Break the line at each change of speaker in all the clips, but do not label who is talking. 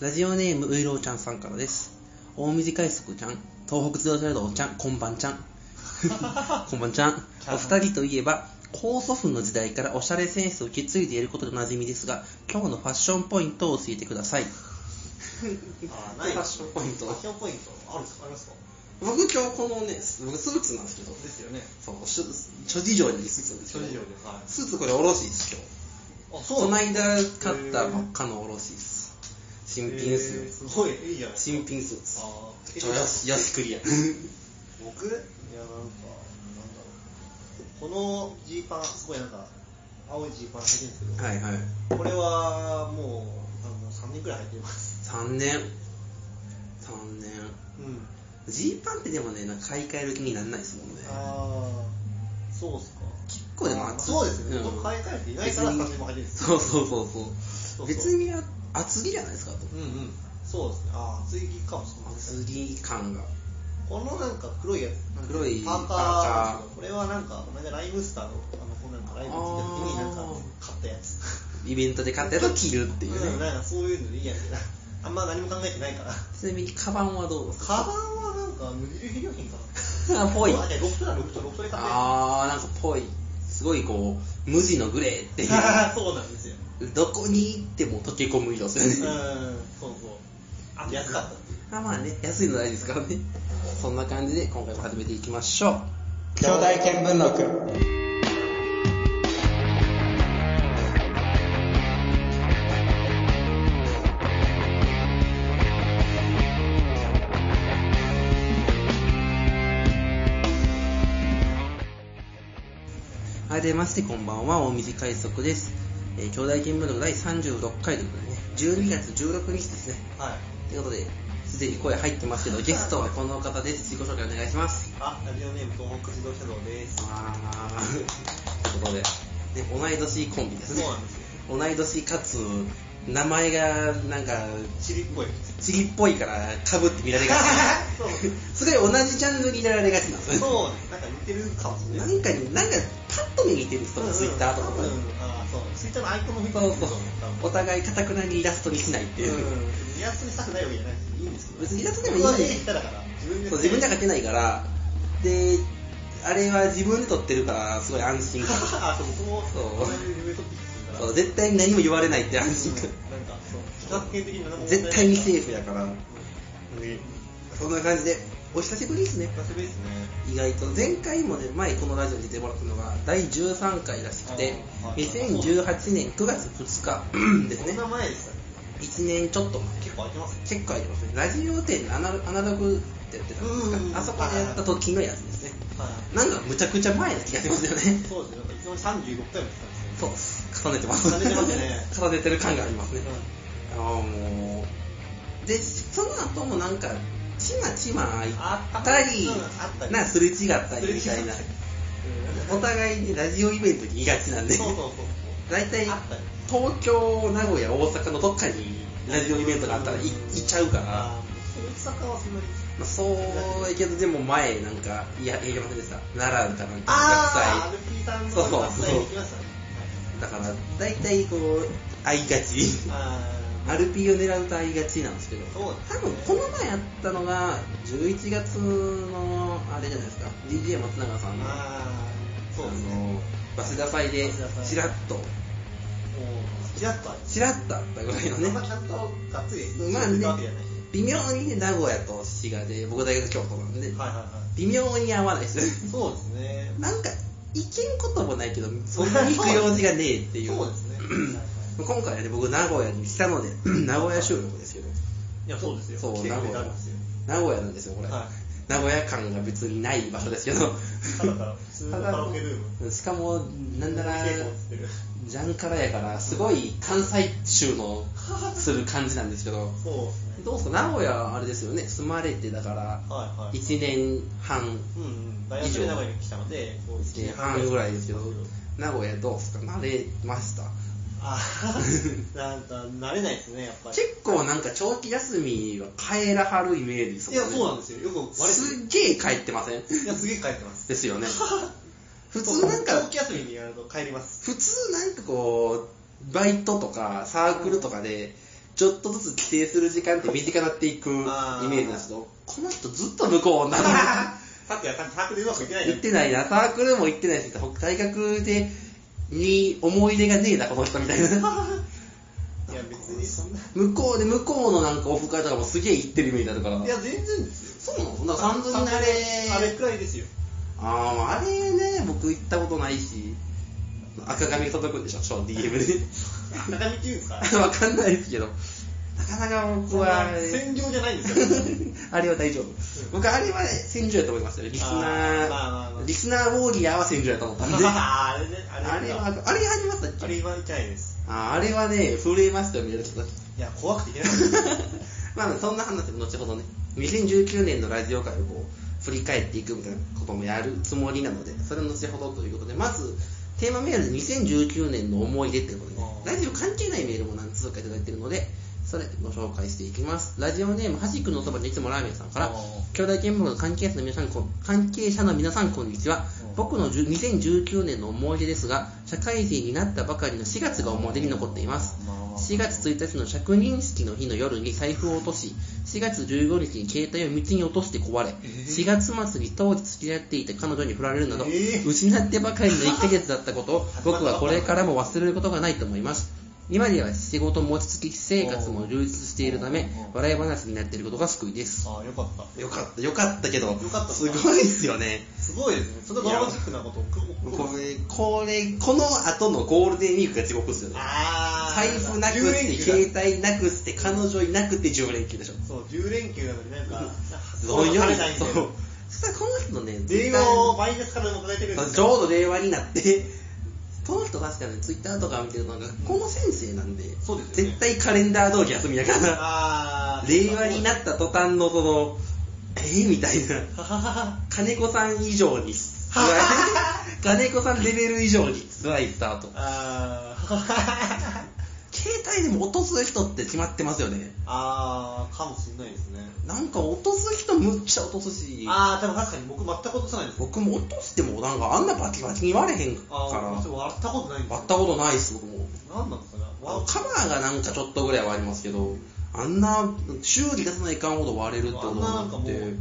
ラジオネームういろうちゃんさんからです大水海賊ちゃん東北自動車道ちゃんこんばんちゃ んこんばんちゃん
ちゃん
お二人といえば高祖父の時代からおしゃれセンスを受け継いでいることでおなじみですが今日のファッションポイントを教えてください
あー
ファッションポイント
ファッションポイントあるんですかありますか
僕今日このね僕スーツなんですけど
ですよね
そうし諸事情でスーツなんですけ
諸
ど
事情ではい
スーツこれおろしです今日
あ
この間買った
へー
ばっかのおろしです新品っすよ
えーすごいいいじゃない
新品スーツ
あー
ちょ安安くりや
僕いやなんかなんだろうこのジーパンすごいなんか青いジーパン履いてるんですけど、
はいはい
これはもうあの3年くらい履いてます
3年3年
うん
ジーパンってでもねなんか買い替える気にならないですもんね
ああそうっすか
結構でも暑い
そうですね、
ん
僕買い替えていないから3
別に
年も履いてるんです
そうそうそう
そ
そうう別に厚着じゃないですかと
うんうんそうですねああ厚着かもしれないですね
厚着感が
このなんか黒いやつなんか
黒い
パーカーなんですけどこれはなんかこの間ライムスターのあのこのなんかライブ行った時になんか買ったやつ
イベントで買ったやつを着るっていうね、
うんなんかそういうのでいいやつだあんま何も考えてないから
ちなみにカバンはどうです
カバン
か
はなんか無印良品か
カバン
な
ぽい
あじゃあロフトだロフトロフトで買ったや
あーなんかぽいすごいこう無地のグレー ってい
つそうなんですよ
うどこに行っても溶け込む色です
う
よね
んそうそうあと安かったっていう
あまあね安いのないですからねそんな感じで今回も始めていきましょう
兄弟見聞録
改めましてこんばんは大水海賊です、えー兄弟見聞録第36回ということでね12月16日ですね
はい
ということですでに声入ってます けどゲストはこの方です自己紹介お願いします
あラジオネーム東北自動車道です
あーということで、ね、同い年コンビですね
そうなんですよ
同い年かつ名前がなんか
チリっぽい
ちぎっぽいからかぶって見られがち
そう
それ同じジャンルになられがちなんですよ
そうですなんか似てるかもしれ
な
ない
んかになんかパッと見に似てる人
うんうん
ツイッターとか
うんうんあーそうツイッターのアイコンの見
そうそうお互いかたくなにイラストにしないっていう、
イラストにしたくないわけじゃないですいいんですけど
別にイラストでもいいんだよ
僕は絵下手だから自分で
そう自分じゃ描けないからであれは自分で撮ってるからすごい安心感
あそう僕も
そう
同じ自分で撮ってきてるか
そ
ら
う絶対に何も言われないって安
う
心
ん
感
なんかそう企画系的に何も問題ない
絶対にセーフやから、
うん
ねそんな感じでお久しぶりですね
久しぶりですね
意外と前回もね前このラジオに出てもらったのが第13回らしくて
あー
2018年9月2日 です
こん
ね
な前でしたね
1年ちょっと前
結構空いてますね
結構ありますねラジオ店のアナロアナログってやってたんです
うんうんうん
かあそこでやった時のやつですね
はい
なんかむちゃくちゃ前な気がしますよね
そうですねなんかいつも35回もやってたんですね
そう重ねてます
重ねてます ね
重ねてる感がありますね、あ
う
あもうでその後もなんかちまちまあったり
ああったり
なすれ違ったりみ
すれ
た
違
い
っ
な
たりん
お互いにラジオイベントにいがちなんで
そうそうそう
大体
あったり
東京名古屋大阪のどっかにラジオイベントがあったらい行っちゃうから、ま
あー大阪はそんなに
あ、そうやけどでも前なんかいや営業までさ奈良かなんか
ああ、ア
学
ル
祭
ピーさんの
そうそう
学祭に行きましたね。
だから大体こう会いが ち
あー
アルピーを狙うと会いがちなんですけど
そう
多分この前やったのが11月のあれじゃないですか DJ 松永さんのあ
あー、そうですね。
の早稲田祭で
早稲田祭
ちらっと
もう、ちらっとあ
ちらっとあったぐらいの
ね。
ね
まあ、ちゃんとがっつり
まあ
やって
ね
たわけじゃない。
微妙にね名古屋と滋賀で僕大学京都なんで
はいはいは
微妙に合わないです
い。
ね
そうですね。
なんか行けんこともないけどそんなに行く用事がねえっていう
そうですね。
今回はね僕名古屋に来たので 名古屋収録ですけど
いや、そうですよ。
そう
来てくれた
名古
ん
屋
ですよ。
名古屋なんですよこれ、
は
名古屋感が別にない場所ですけど
ただただ普通のカラオケルーム
ただ しかもなんなら
稽古をしてる。
ジャンカラやからすごい関西州 のする感じなんですけど
そうですね。
どうですか名古屋あれですよね住まれてだから
はいはい。
1年半
うんうん。大学で名古屋に来たので、こう一
1年半ぐらいですけど
そう
名古屋どうですか慣れました
あーなんか慣れないですね、やっぱり。
結構なんか長期休みは帰らはるイメージです
いや、そう
う
なんですよ。よく割れて
すっげえ帰ってません
いや、 すげえ帰ってます。
です よね普通なんか
長期休み にやると帰ります。
普通なんかこうバイトとかサークルとかでちょっとずつ規定する時間って短なっていくイメ
あー
ージなんですけど、この人ずっと向こうなの。
タックやタックでうまくい けない
行ってないな、サークルも行ってないし、大学で、に思い出がねえな、この人みたい な。
いや別にそんな
向こうで、向こうのなんかオフ会とかもすげえ行ってるイメージあるから。
いや全然ですよ
そうなのそんな三度になれ
あれくらいですよ
あーあれね、僕行ったことないし、赤髪届くんで しょ、そう DM で。
赤髪っていうんですか
わかんないですけど、なかなか僕は、
専業じゃないんですよ
あれは大丈夫。僕、あれは戦場やと思いますよ。リスナ
あーまあまあまあ
ー、リスナーウォーリアーは戦場やと思ったんで。あ
あれねあれ
れは、あれやりましたっ
あ
け
れ今痛いです
ああれはね、震えましたよ、見られた時。
いや怖くていけない
まあ、そんな話も後ほどね、2019年のラジオ界をこう、振り返っていくみたいなこともやるつもりなので、それは後ほどということで、まず、テーマメールで2019年の思い出ってことで、ね、
あー
ラジオ関係ないメールも何通かいただいてるので、それご紹介していきます。ラジオネーム、はしくんのそばにいつもラーメンさんから
あー、
兄弟見聞の関係者の皆さんこん、関係者の皆さんこんにちは。僕の10 2019年の思い出ですが、社会人になったばかりの4月が思い出に残っています。4月1日の着任式の日の夜に財布を落とし4月15日に携帯を道に落として壊れ4月末に当時付き合っていた彼女に振られるなど、
えー
失ってばかりの1ヶ月だったこと を僕はこれからも忘れることがないと思います今では仕事も落ち着き生活も充実しているため笑い話になっていることが救いです
ああよかった
よかったよかったけど
かった
すごいっすよね
すごいですね。そのドラマチックなことを。
これこれこの後のゴールデンウィークが地獄っすよね
あ
財布なく
10
して、
連
携
休だ
帯なくして、彼女いなくて10連休でしょ。
そう、10連休なのになんか、
どういう
晴れないん
そう
で。。
そしたらこの人ね、
電話をマイナスから迎えてくるんで
そう
す
ち
よ
ょうど令和になって、この人確かね、ツイッターとか見てるのが、この先生なんで、
そうですよね
絶対カレンダー通り休みやから、
あー
令和になった途端のその、えー、みたいな、
はははは
金子さん以上 に、金子さんレベル以上に、辛いスタート。
あーはははは
携帯でも落とす人って決まってますよね。
あー、かもしれないですね。
なんか落とす人むっちゃ落とすし、
あー、でも確かに僕全く落とさないです。
僕も落としてもなんかあんなバキバキに割れへんか
あー、
ら
私割ったことないんですよ
割ったことないっす僕も
なんなんですかね。わ
カバーがなんかちょっとぐらいはありますけどあんな修理出さないかんほど割れるってことに
あんななんか
なっ
もう
て
なんかもう、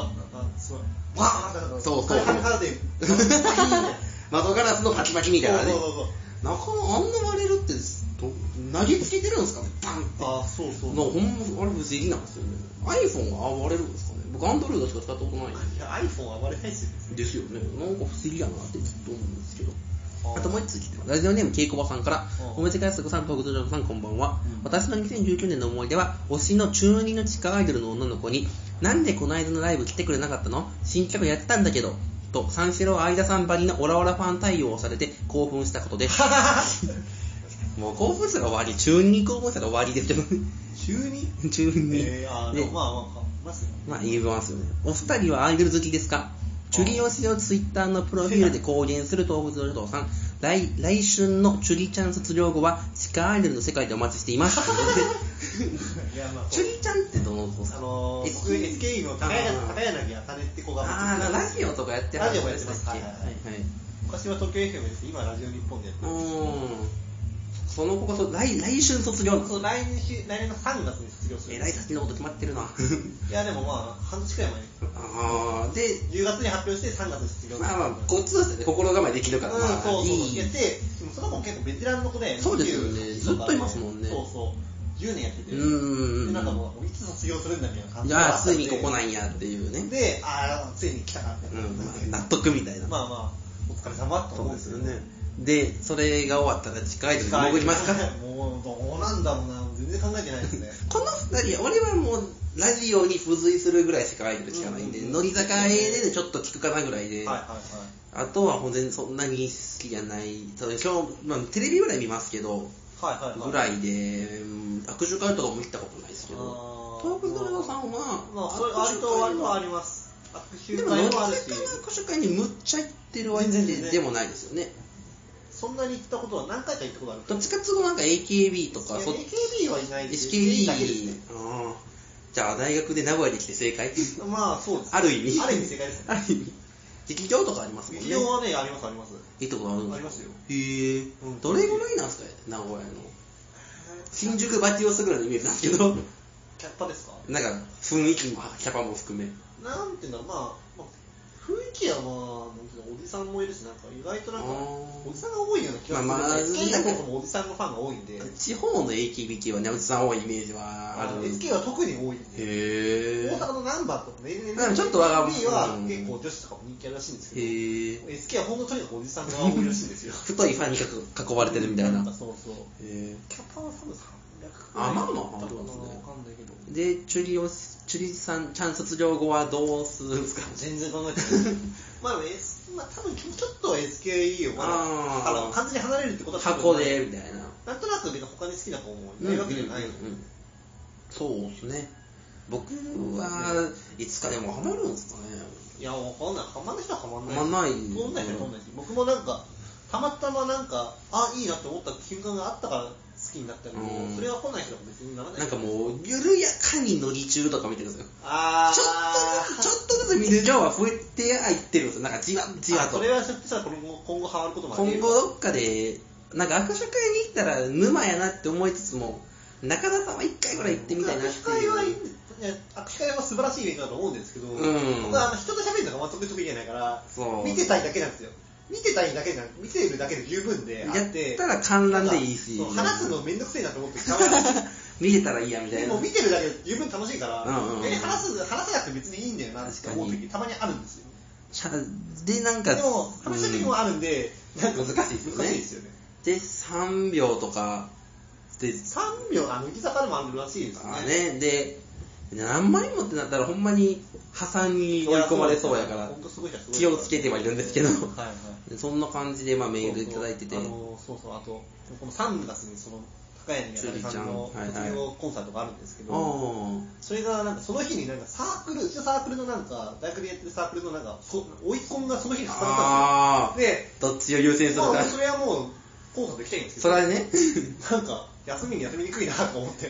なんかガッ、なんかすごい。わーってなんか
そうそう
カラカラで。
窓ガラスのパキパキみたいなね
そうそうそう
なかなかあんな割れるってど投げつけてるんですかねバンって
あー、そうそう。
のほんまあれ不思議なんですよね iPhone があ割れるんですかね僕 Android しか使ったことないんで
いや iPhone は割れないです よ
ですよねなんか不思議やなってずっと思うんですけど
あー
あともう一つ来てますラジオネームけいこばさんから
う
お
ん
めでとうございますさんとごさんこんばんは、
うん
私の2019年の思い出は推しの中二の地下アイドルの女の子になんでこの間のライブ来てくれなかったの新曲やってたんだけどと三四郎相田さんばりのオラオラファン対応をされて興奮したことですもう興奮したら終わり中二に興奮したら終わりですけどね
中に
中二に、
えー、あーでもまあまあかますよ
まあ言いますよね。お二人はアイドル好きですかチュリオシをツイッターのプロフィールで公言する東北道場さん。来、来春のチュリちゃん卒業後は、地下アイドルの世界でお待ちしています。
いやまあ
チュリちゃんってどの子
あのー、僕 SKE の高柳高柳あかねって子が
あーあー、ラジオとかやって
ラ
は
ジオ
る
も
ん
や
で
って
す
ますはい
はい
はい
は
はい昔は東京 FM です今ラジオ日本でやって
い。う
ます
ーん。その子こそ、来、来春卒業
そう来年し来年の3月に卒業する
えらい先のこと決まって るな。
いやでもまあ半年くらい前に
ああ、で、
10月に発表して3月に卒業する
まあまあ、こっちとしてね心構えできるから、
うん、
まあ、
そうそう
いい。
やってでもその子も結構ベテランの子で
そうですよね
20とか
ずっといますもんね
そうそう10年やってて
うんうんうん
でなんかもういつ卒業するんだみたいな感
い
じ
やー、ついにここなんんやっていうね。
でああついに来たかって
うんまあ、
ま
納得みたいな。
あまあお疲れ様と
そう
思
で
うんですす
よ
よ
ね。で、それが終わったら地下アイドルに
はい
潜りますか
もうどうなんだろうな全然考えてないですね
この二人、俺はもう、ラジオに付随するぐらいしかアイドル聞かないんで、
うん
乃木坂 A でちょっと聞くかなぐらいで、
はいはいはい
あとは本当にそんなに好きじゃない、ただ今日、まあ、テレビぐらい見ますけど、
はいはいはい
ぐらいで、うん握手会とかも行ったことないですけど
あ、ー
東北ドラマさんは、
まあそれ割と割とあります握手
でも、乃
会
木坂
もあ
の
るし
握手会にむっちゃ行ってるわけ
全然全然
でもないですよね。
そんなに行ったことは何回か行ったことある
どっちかっていうとなんか AKB とか、そっち
AKB はいないですだけですね
SKE ああじゃあ大学で名古屋に来て正 解
まあそうです。
ある意味
ある意味正解です。
ある意味劇場とかありますもんね
劇場はね、ありますあります。
いいとこあるんですか
ありますよ
へえ、
うん
どれぐらいなんですか名古屋の新宿バチオスぐらいのイメージなんですけ ど、
キャッパですか
なんか雰囲気もキャパも含め。
なんていうんだろう、まあ、まあ、雰囲気はまあ、なんていうの、おじさんもいるし、なんか意外となんか、
あー
おじさんが多いような気がする。
まあまあ
なんか SK の方もおじさんのファンが多いんで、
地方の AKB 系はね、おじさん多いイメージはあ
あの
る。
SK は特に多いんで、
へ
大
ぇ
阪のナンバーとかね、
んかちょっとは
B は
うん
結構女子とかも人気あるらしいんですけど、
へぇ。
SK はほんととにかくおじさんが多いらしいんですよ
太いファンに囲囲われてるみたい
な
なん
か。そうそう。
へ
キャパは多分300くらい
あまあまあまあ
だったかな
そうですね
わかんないけど。
ぇで、チュリオス、チュリさん、ちゃん卒業後はどうするんですか
全然考えてない。 まあ、S、まあ、多分ちょっとは SKE をまだ、
あー
あの、完全に離れるってことは多分
箱で、みたいな。
なんとなく別に他に好きな子もいないわけじゃないの。
うんうんうんうんそうですね。僕はいつかでもハマるんですかね。
いや、わかんない。ハマる人はハマんない。
ハマんない
通んない人は通んないし、僕もなんか、たまたまなんか、あ、いいなって思った瞬間があったから好きになったけど、
うん
それが来ない人は別にならない。
なんかもう、緩やかに乗り中とか見てるんですよ。
あー、
ちょっとずつ、ちょっとずつ水量は増えてはいってるんですよ。なんかじわじわ
あ
と
そ。れはちょっとしたら今後、今後ハマることもあり
今後どっかで、なんか握手会に行ったら沼やなって思いつつも、中田さんは一回ぐらい行ってみたいなって
握手会はいい
い
ん
う。
ですね握手会は素晴らしいイベントだと思うんですけど、
うん
僕はあの人と喋るのが全く得意じゃないから
そう
見てたいだけなんですよ見てたいだけじゃん見てるだけで十分で
やっ
あって
たら観覧でいいし
そう話すのめんどくせえなと思ってしゃべらない
見れたらいいやみたい
で
な。
も見てるだけで十分楽しいから、
うんうんうん
え話す話さなくて別にいいんだよなって思う
確か
時
に
たまにあるんですよ
ちゃで、なんか、
でも話したい時もあるんで、なんか
難しいですよね
難しいですよね
で、3秒とか、で、
3秒あの乃木坂でもあるらしいですね
あね、で、何枚もってなったらほんまに破産に追い込まれそうやから
本当すごい人はすごい
気をつけてはいるんですけど、
はいはい
そんな感じでまあメールいただいてて、
そうそうあのそうそうあとこの3月にその高柳あかりさん
ちゅ
の
りちゃん
卒業コンサートがあるんですけど、
あ
それがなんかその日になんかサークルうちのサークルのなんか大学でやってるサークルのなんかそ追い込んがその日に挟まったんですよ
ーどっちを優先
です
る
もう
か、
それはもうコンサート行きたいんですけ
そ
ど
れはね、
なんか休みに休みにくいなと思って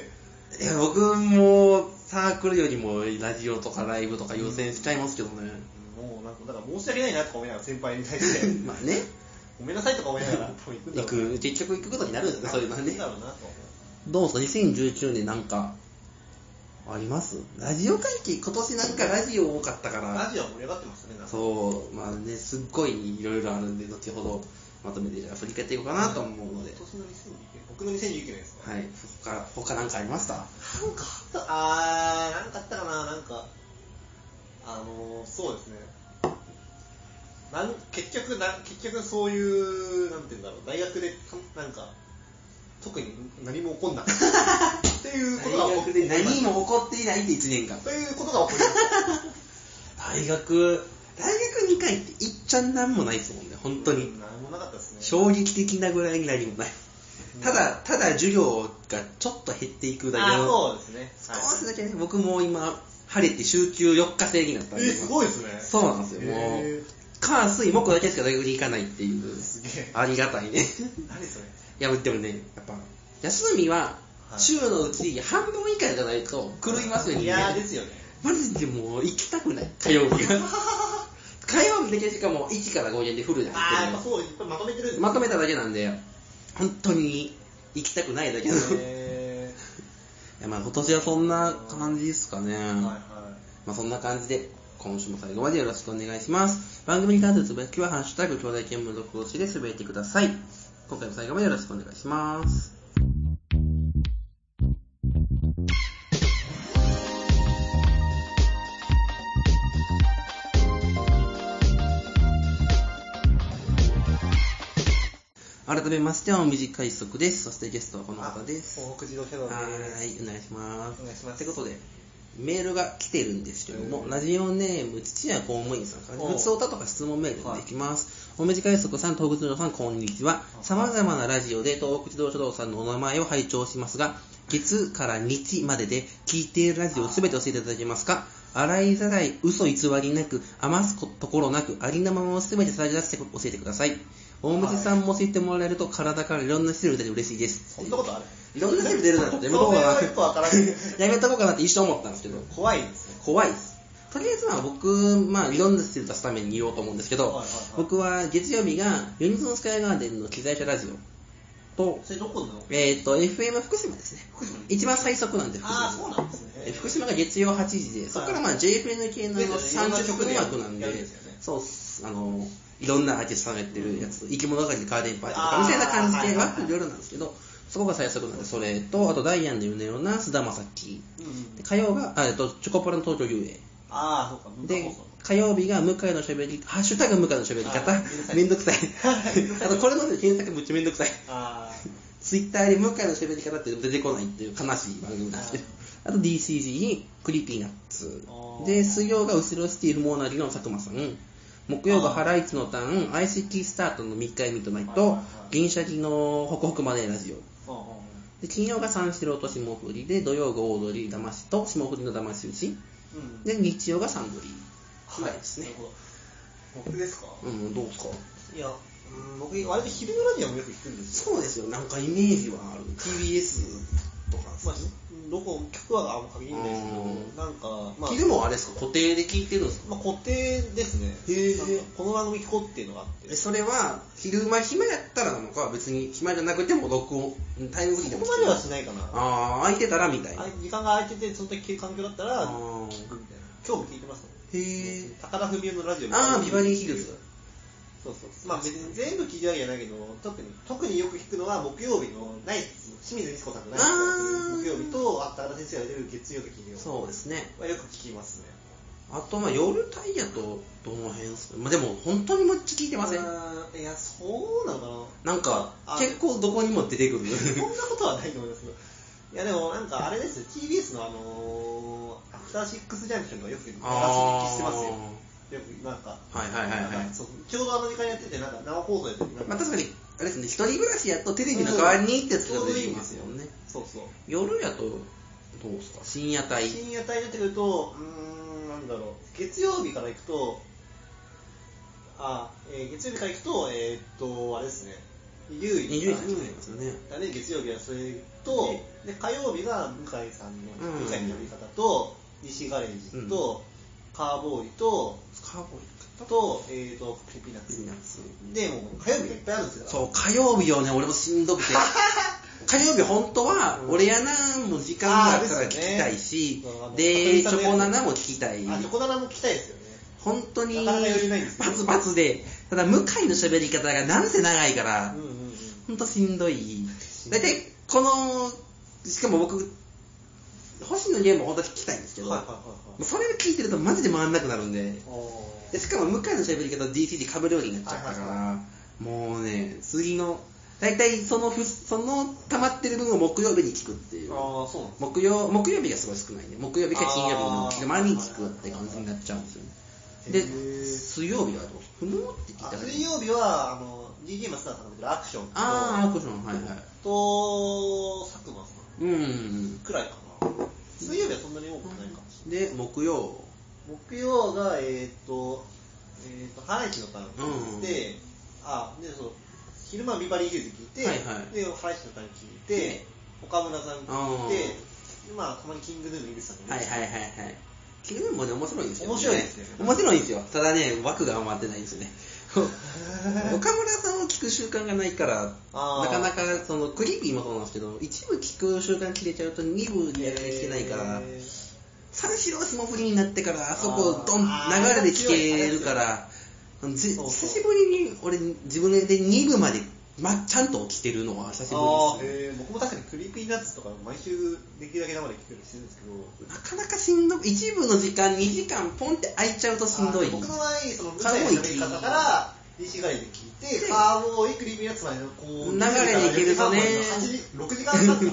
いや僕もサークルよりもラジオとかライブとか優先しちゃいますけどね、
もうなんかだから申し訳ないなとか思いながら先輩に 対して
まあね、
ごめんなさいとか思いながら多分行くんだ
行
ろうな
く、結局行くことになるんですね、そういうのは
行く
ね
ん。だろうなとは思う
どうですか、2019年なんか、ありますラジオ会期、今年なんかラジオ多かったから。
ラジオは盛り上がってますねなんか
そう、まあね、すっごいいろいろあるんで、後ほどまとめてじゃあ振り返っていこうかなと思うので、
今年の2019僕の2019年ですか
はい、他、他なんかありました
なんかあった、あー、なんかあったかな、なんか、あのー、そうですね。なん結局な、結局そういう、なんて言うんだろう、大学でた、なんか、特に何も起こん なかった。っていうことが
大
起こ
学で何も起こっていないって1年間。
ということが起こりました。
大学、大学2回っていっちゃんなんもないですもんね、本当
う
に
ん。何もなかったですね。
衝撃的なぐらいに何もない。ただ、ただ授業がちょっと減っていくだけ
あー、
の、
そうですね。
少しだけね、僕も今、晴れて週休4日制になったん
はい、
で、
えー、すごいですね。
そうなんですよ、も
へ
う。火、水、木だけしか大学に行かないっていう。
すげえ。
ありがたいね。
何それ。
いや、でもね、やっぱ、休みは、
はい
週のうち半分以下じゃないと狂いますよ、
い
人
やー
間
ですよね。
マジでもう行きたくない、火曜日が。 火曜日だけしかも1から5限でフルじゃない
あー、やっぱそう、いっぱいまとめてるんですね
まとめただけなんで、本当に行きたくないだけの。い
へ
やまあ今年はそんな感じですかね。
ーはいはい。
まあそんな感じで、今週も最後までよろしくお願いします。番組に関するつぶやきは、ハッシュタグ、兄弟見聞録をしてつぶやいてください。今回も最後までよろしくお願いします。改めまして、お短い速です。そしてゲストはこの方です。
大口のフェロ
は
ーです。
ーい、お願いします。
お願いします
ってことで、メールが来てるんですけども
う、ん
ラジオネーム、土屋公務員さんから、
おう
普通歌とか質問メールできます。おめじかいそこさん、東口道さん、こんにちは。
あ
様々なラジオで東口道書道さんのお名前を拝聴しますが、月から日までで聞いているラジオを全て教えていただけますか洗いざらい、嘘偽りなく、余すところなく、ありのままを全てさらけ出して教えてください。大口さんも教えてもらえると体からいろんな種類出て嬉しいです。
そんなことある
いろんな種類出るなんてやめとこう
それはよくわ
か
か
な。
らん
やめとこうかなって一瞬思ったんですけど、
怖いですね。
怖いです。とりあえずまあ僕、まあいろんな種類出すために言おうと思うんですけど、
はいはいはい
僕は月曜日がユニゾンスカイガーデンの機材車ラジオと、
それどこなの
えっ、と、FM 福島ですね。一番最速なんで、福島。
ああ、そうなんですね。
えー福島が月曜8時で、そこからまあ JFN 系のあの30分枠なんで
いろんな曲でやるやつだよね、
そうっす、あの、いろんなアーティストさんがやってるやつ、生き物係ガーデンパーティーとか、みたいな感じ
あー
で
はいはいはい
枠夜なんですけど、そこが最速なんで、それと、あとダイアンの夢のような須田将暉。
うんうん
で火曜が、あえっと、チョコプラの東京遊泳。
ああ、そうか、文化
で
放送。、
火曜日が向井のしゃべり、ハッシュタグ向井のしゃべり方
あー、
め
め
ん
ん
ど
ど
くさい。あと、これの検索めっちゃめんどくさい。
あ
ツイッターで向井の喋り方って出てこないっていう悲しい番組なんですけど、あと DCG にクリーピーナッツ
あ、ー
で、水曜が後ろスティールモーナリの佐久間さん、木曜がハライチのターン、相席スタートの3回ミッドナイ
はいはい
ト
はい、
銀シャリのホクホクマネーラジオ、
あ、うんうん
で金曜が三四郎と霜降りで、土曜が大鳥、騙しと霜降りの騙し打ち、
うん。
で、日曜がサンドリー。はいですね
な。るほど僕ですか
うん、どうですか
いや、うん僕、割と昼のラジオもよく聞くんですよ。
そうですよ、なんかイメージはある。TBS とかです
ま
ね
あ、どこ、曲はあんま限りないですけど
う、ん
なんか、まあ、
昼もあれですか固定で聞いてるんですか
まあ、固定ですね。
へえ
なんかこの番組聞こうっていうのがあって
え。それは昼間暇やったらなのか別に暇じゃなくても録音タイムフリーで
そ
も聞
こま
け
で
る
はしないかな。
ああ空いてたらみたいな
あ時間が空いてて、その時聞く環境だったら、
あー
聞くみたいな。今日も聞いてますもん
へえ
高田文雄のラジオ
ああビバリーヒルズ
そうそうまあ別に全部聞いてるわけじゃないけど特に特によく聞くのは木曜日のナイツ清水美智子さんのナイツ
あー
木曜日とあ高田先生が出る月曜と金曜
そうですね
はよく聞きますね
あとまあ夜帯やとどの辺ですか、まあ、でも本当にめっちゃ聞いてません
あーいやそうなのかな
なんか
あ
結構どこにも出てくる
そんなことはないと思いますけどいやでもなんかあれですよ TBS のあのーアフターシックスジャンクションとかよく流し聞きしてますよよくなんか
はいはいはいはい
なんかそうちょうどあの時間やっててなんか生放送やっててなん
まあ確かにあれですね一人暮らしやとテレビの代わりにってやつ
ち
が
ょう
出
ど
て
い
き
いん
ま
ですす
よ
よ
ね
そうそう
夜やとどうですか深夜帯
深夜帯になってくると、うーん、なんだろう、月曜日から行くと、あ、えー月曜日から行くと、えーっと、あれですね、ゆうゆ
20時
か
になりますよね
だね、月曜日はそれと、で火曜日が向井さんの、
うん
向井の呼び方と、西ガレージと、カーボーイと、
カーボーイ
と、えーっと、クリピーナッ
ピー
ツ。
ナッツ
で、もう火曜日がいっぱいあるんですよ。
そう、火曜日をね、俺もしんどくて。火曜日本当は、俺やなーも時間があったら聞きたいし
あ、ー
で、
で
チ
すよね
ョコナナも聞きたい。
あ、チョコナラも来たいですよね。
本当に、
なかなか余裕ないんです
バ
よ
ツバツで、ただ向井の喋り方がなんせ長いか
う
ら
ん、うんうん。
本当しんどい。だいたい、この、しかも僕、星野源も本当は聞きたいんですけど、
はいはいはいはい
それを聞いてるとマジで回んなくなるんで、
おー
でしかも向井の喋り方と DCG 被るようになっちゃったから、
はい
もうね次の大体そのふその溜まってる分を木曜日に聞くっていう
ああ、そうなんですね
木曜木曜日がすごい少ないね木曜日か金曜日の
あー
毎日聞くって感じになっちゃうんですよね
へ
で
ー
水曜日はどうふむーって聞い
あ
たら
水曜日はあの DJ 松永さんが出てるアクションと
あーアクションはいはい
と佐久間さ
うんうんうん
んくらいかな水曜日はそんなに多くないかもし
で木曜
れない木曜がえーっとえーっとハライチのターンで、あでそう昼間ビバリーヒルズ聞いて、
はいはい
でハライチのターン聞いて岡村さん聞いてでまあたまにキングヌーの井口さんが
はいはいはいはいキングヌーもね面白いんですよ、
面白いですよね
面白いんですよただね枠が余ってないんですよね 岡村さんを聞く習慣がないから
あ
な
ー
かなかそのクリーピーもそうなんですけど一部聞く習慣切れちゃうと二部に上がりきてないから
え
三四郎霜降りになってからあそこ
あー
ドン流れで聞けるからぜ
そうそう
久しぶりに俺自分で二部まで、ま、ちゃんと起きてるのは久しぶ
あ
りですね
ーへー僕も確かにクリーピーナッツとか毎週できるだけ生で聞くようにしてるんですけど
なかなかしんどく一部の時間2時間ポンって空いちゃうとしんどい
あ僕の場合、その、向井
カーボーイ
の喋り方から、西外で聞い
で
て、カーボーイ、クリームやつまで、こう、
流れに行けるとね
6時間半かな。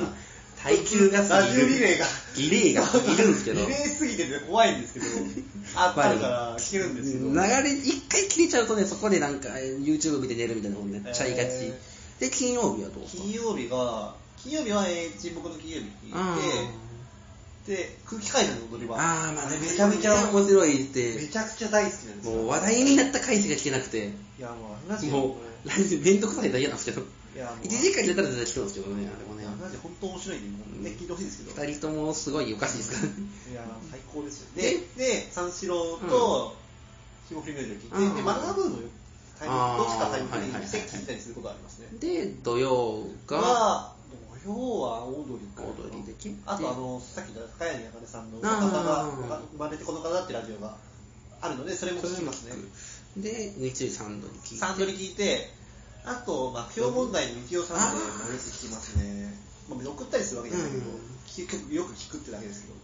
耐久が過
ラ
ぎ
ジ
る
オリレーが。
リレーがいるんですけど
リレーすぎてて怖いんですけど、あったから聞けるんですけど。
流れ一回切れちゃうとねそこでなんか YouTube 見て寝るみたいなことになっちゃいがち、
え
で金曜日はどう
金曜日が、金曜日は、えー沈黙の金曜日聞いて、で、空気階段の踊り場。
あーまあね
めちゃめちゃ
面白いっ
め
て
ちゃくちゃ大好きなんですよ。
もう話題になった回数が聞けなくて
いや、もう、ありま
もうラジオ面倒くさいだけなんですけど
いや、もう、
1時間入れたら絶対聞くんですけどねあれもね
いやマジ本当面白いんで、ね、聞いてほしいんですけど。
2人ともすごいおかしいですからね
いやー最高ですよ
で
でで三四郎と霜降り明星聞いて、
うん
でマナブーのよタイミング、どっちかタイミ
あーはいはい
ング
は
に
い
席聞いたりすることありますね。
で、土曜が、
は、土曜はオードリーか。
オードリーで聞いて
あと、あの、さっき言った高柳茜さんの、
あー
方が、生まれてこの方だってラジオがあるので、それも聞きますね。
で、日曜サンドリ聞いて。
サンドリ聞いて、あと、まあ、今日問題の幸男さんで、毎日聞きますね。まあ、送ったりするわけじゃないけど、
うん
聞くよく聞くってだけですけど。
っ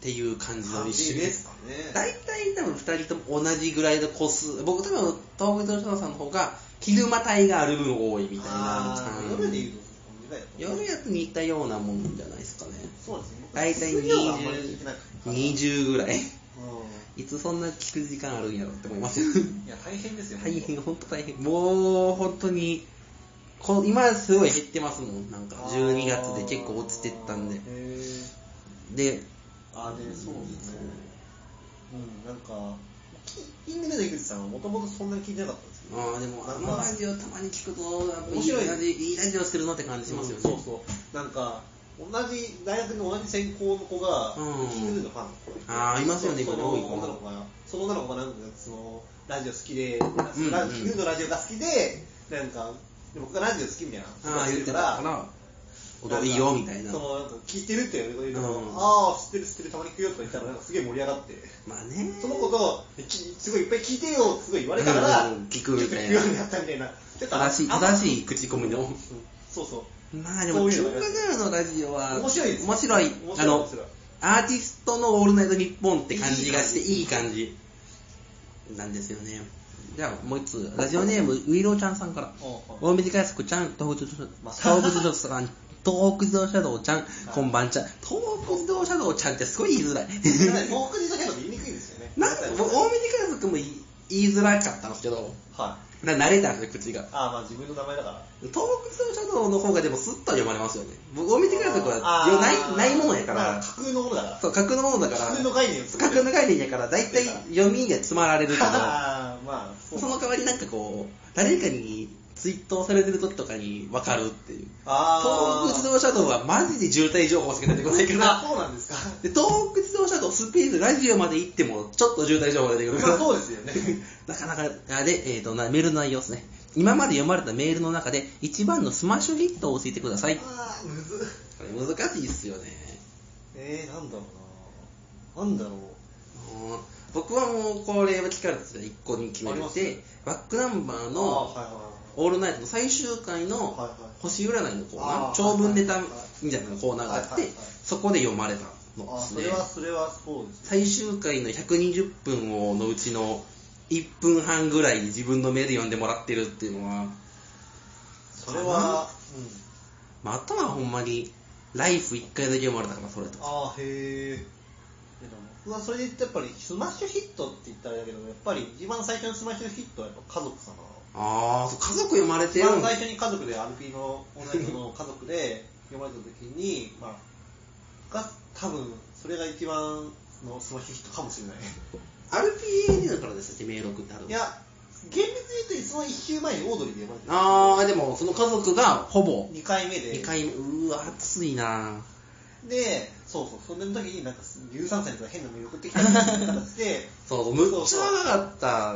ていう感じの一週
感じですかね
大体多分2人とも同じぐらいの個数僕多分東北道さんの方が昼間帯がある分多いみたいな
あ
う
ー
ん
夜で言うと、こんぐらいだと思う
夜やと似たようなもんじゃないですかね
そうですね。
大体
水曜はあんまり聞いてな
20,
いから
20ぐらい
うん
いつそんな聞く時間あるんやろって思いますよ
いや、大変ですよ。
大変本当大変もう本当にこ今すごい減ってますもんなんか12月で結構落ちてったんで
へー
で
あーでそうですねうんなんかキイングレの井口さんはもともとそんなに聞いてなかったんですけど
ああでもあのラジオたまに聞くと
面白い
いいラジいいラジオしてるなって感じしますよね、
そうそうなんか同じ大学の同じ専攻の子が、
うん
キングヌーのファンの子がて
あーいますよね
そ
今ね
の
多い子
女の子がその女の子がなんかそのラジオ好きで、
んうん
ラキングヌーのラジオが好きでなんかで僕がラジオ好きみたいな
ああ言ってたから
なんか
踊りよみたいな
そのなんか聞いてるって言われて、
うん
ああ、知ってる、知ってる、たまに聞くよとか言ったら、なんかすげえ盛り上がって、
まあね
その子と、きすごいいっぱい聞いてよすごい言われたから、
うん聞くみたいな
聞くようになったみたいな。だから
正しい
あ
正しい口コミの
そうそう。
まあでも
そ
キ
う
ン
いうの
グヌーのラジオは
面白いです
面白い
面白い
あの
面白い
アーティストの「オールナイトニッポン」って感じがしていい感じなんですよねじゃあもう一つラジオネームウィローちゃんさんから
おうおう
大水海作ちゃん東北自動
まあ
車東北自動車さん東北自動車道ちゃんこんばんちゃん東北自動車道ちゃんってすごい言い づらい
だからね遠くにいたけど言いにくいですよね。
なんか
は
僕大水海作も言い言いづらかったんですけど
い。
な慣れたんですよ口が
ああ、まあ自分の名前だから。
東北自動車道の方がでもスッと読まれますよね僕大水海作
あ
は
ー
よないないもんやか
まあ
ら
架空のものだから。
そう架空のものだから
架空の概念を作
架
ってる
空の概念やから大体読みで詰まられるけど
ああ、まあ、そう。
その代わりなんかこう誰かにツイートされてる時とかに分かるっていう
ああ。
東北自動車道はマジで渋滞情報しか出てこないか
あ
ら、
そうなんですか。
で東北自動車道スペースラジオまで行っても、ちょっと渋滞情報が出てくるか
まあ
ら、
そうですよね。
なかなか、あで、えーと、なメールの内容ですね。今まで読まれたメールの中で、一番のスマッシュヒットを教えてください。こ
ああ、むずっ。
れ難しいっすよね。
えー、なんだろうな。なんだろう。
もう僕はもう、これは聞かれたら一個に決め
あり
る
ま
っ
す
て、バックナンバー
ああ
の
はいはいはい。
オールナイトの最終回の
はいはい
星占いのコーナー、
あー
長文ネタ
はいはいはい
みたいなコーナーがあって、
はいはいはい
そこで読まれたの
あ
で
あ、
す
そ
ね。
れは、それは、そうです。
最終回の120分をのうちの1分半ぐらいに自分の目で読んでもらってるっていうのは、
それは、うん。
まあ、あとはほんまに、ライフ1回だけ読まれたから、それとか。
ああ、へえ。でも僕はそれで言ってやっぱりスマッシュヒットって言ったらあれだけどやっぱり一番最初のスマッシュヒットはやっぱ家族かな
ああ、そう家族読まれて
一
る
番
んだ
最初に家族で RP の同じの家族で読まれた時にまあが多分それが一番のスマッシュヒットかもしれない
RPA だからでしたっけ、メール送ってある
いや厳密に言うとその1週前にオードリーで読まれて
ああ、でも、その家族がほぼ、
2回目で
2回目、うーわ、暑いな
でそうそうそれの時になんか13歳の子が変なメール送ってきたみたい な形で
そう、むっちゃ長かった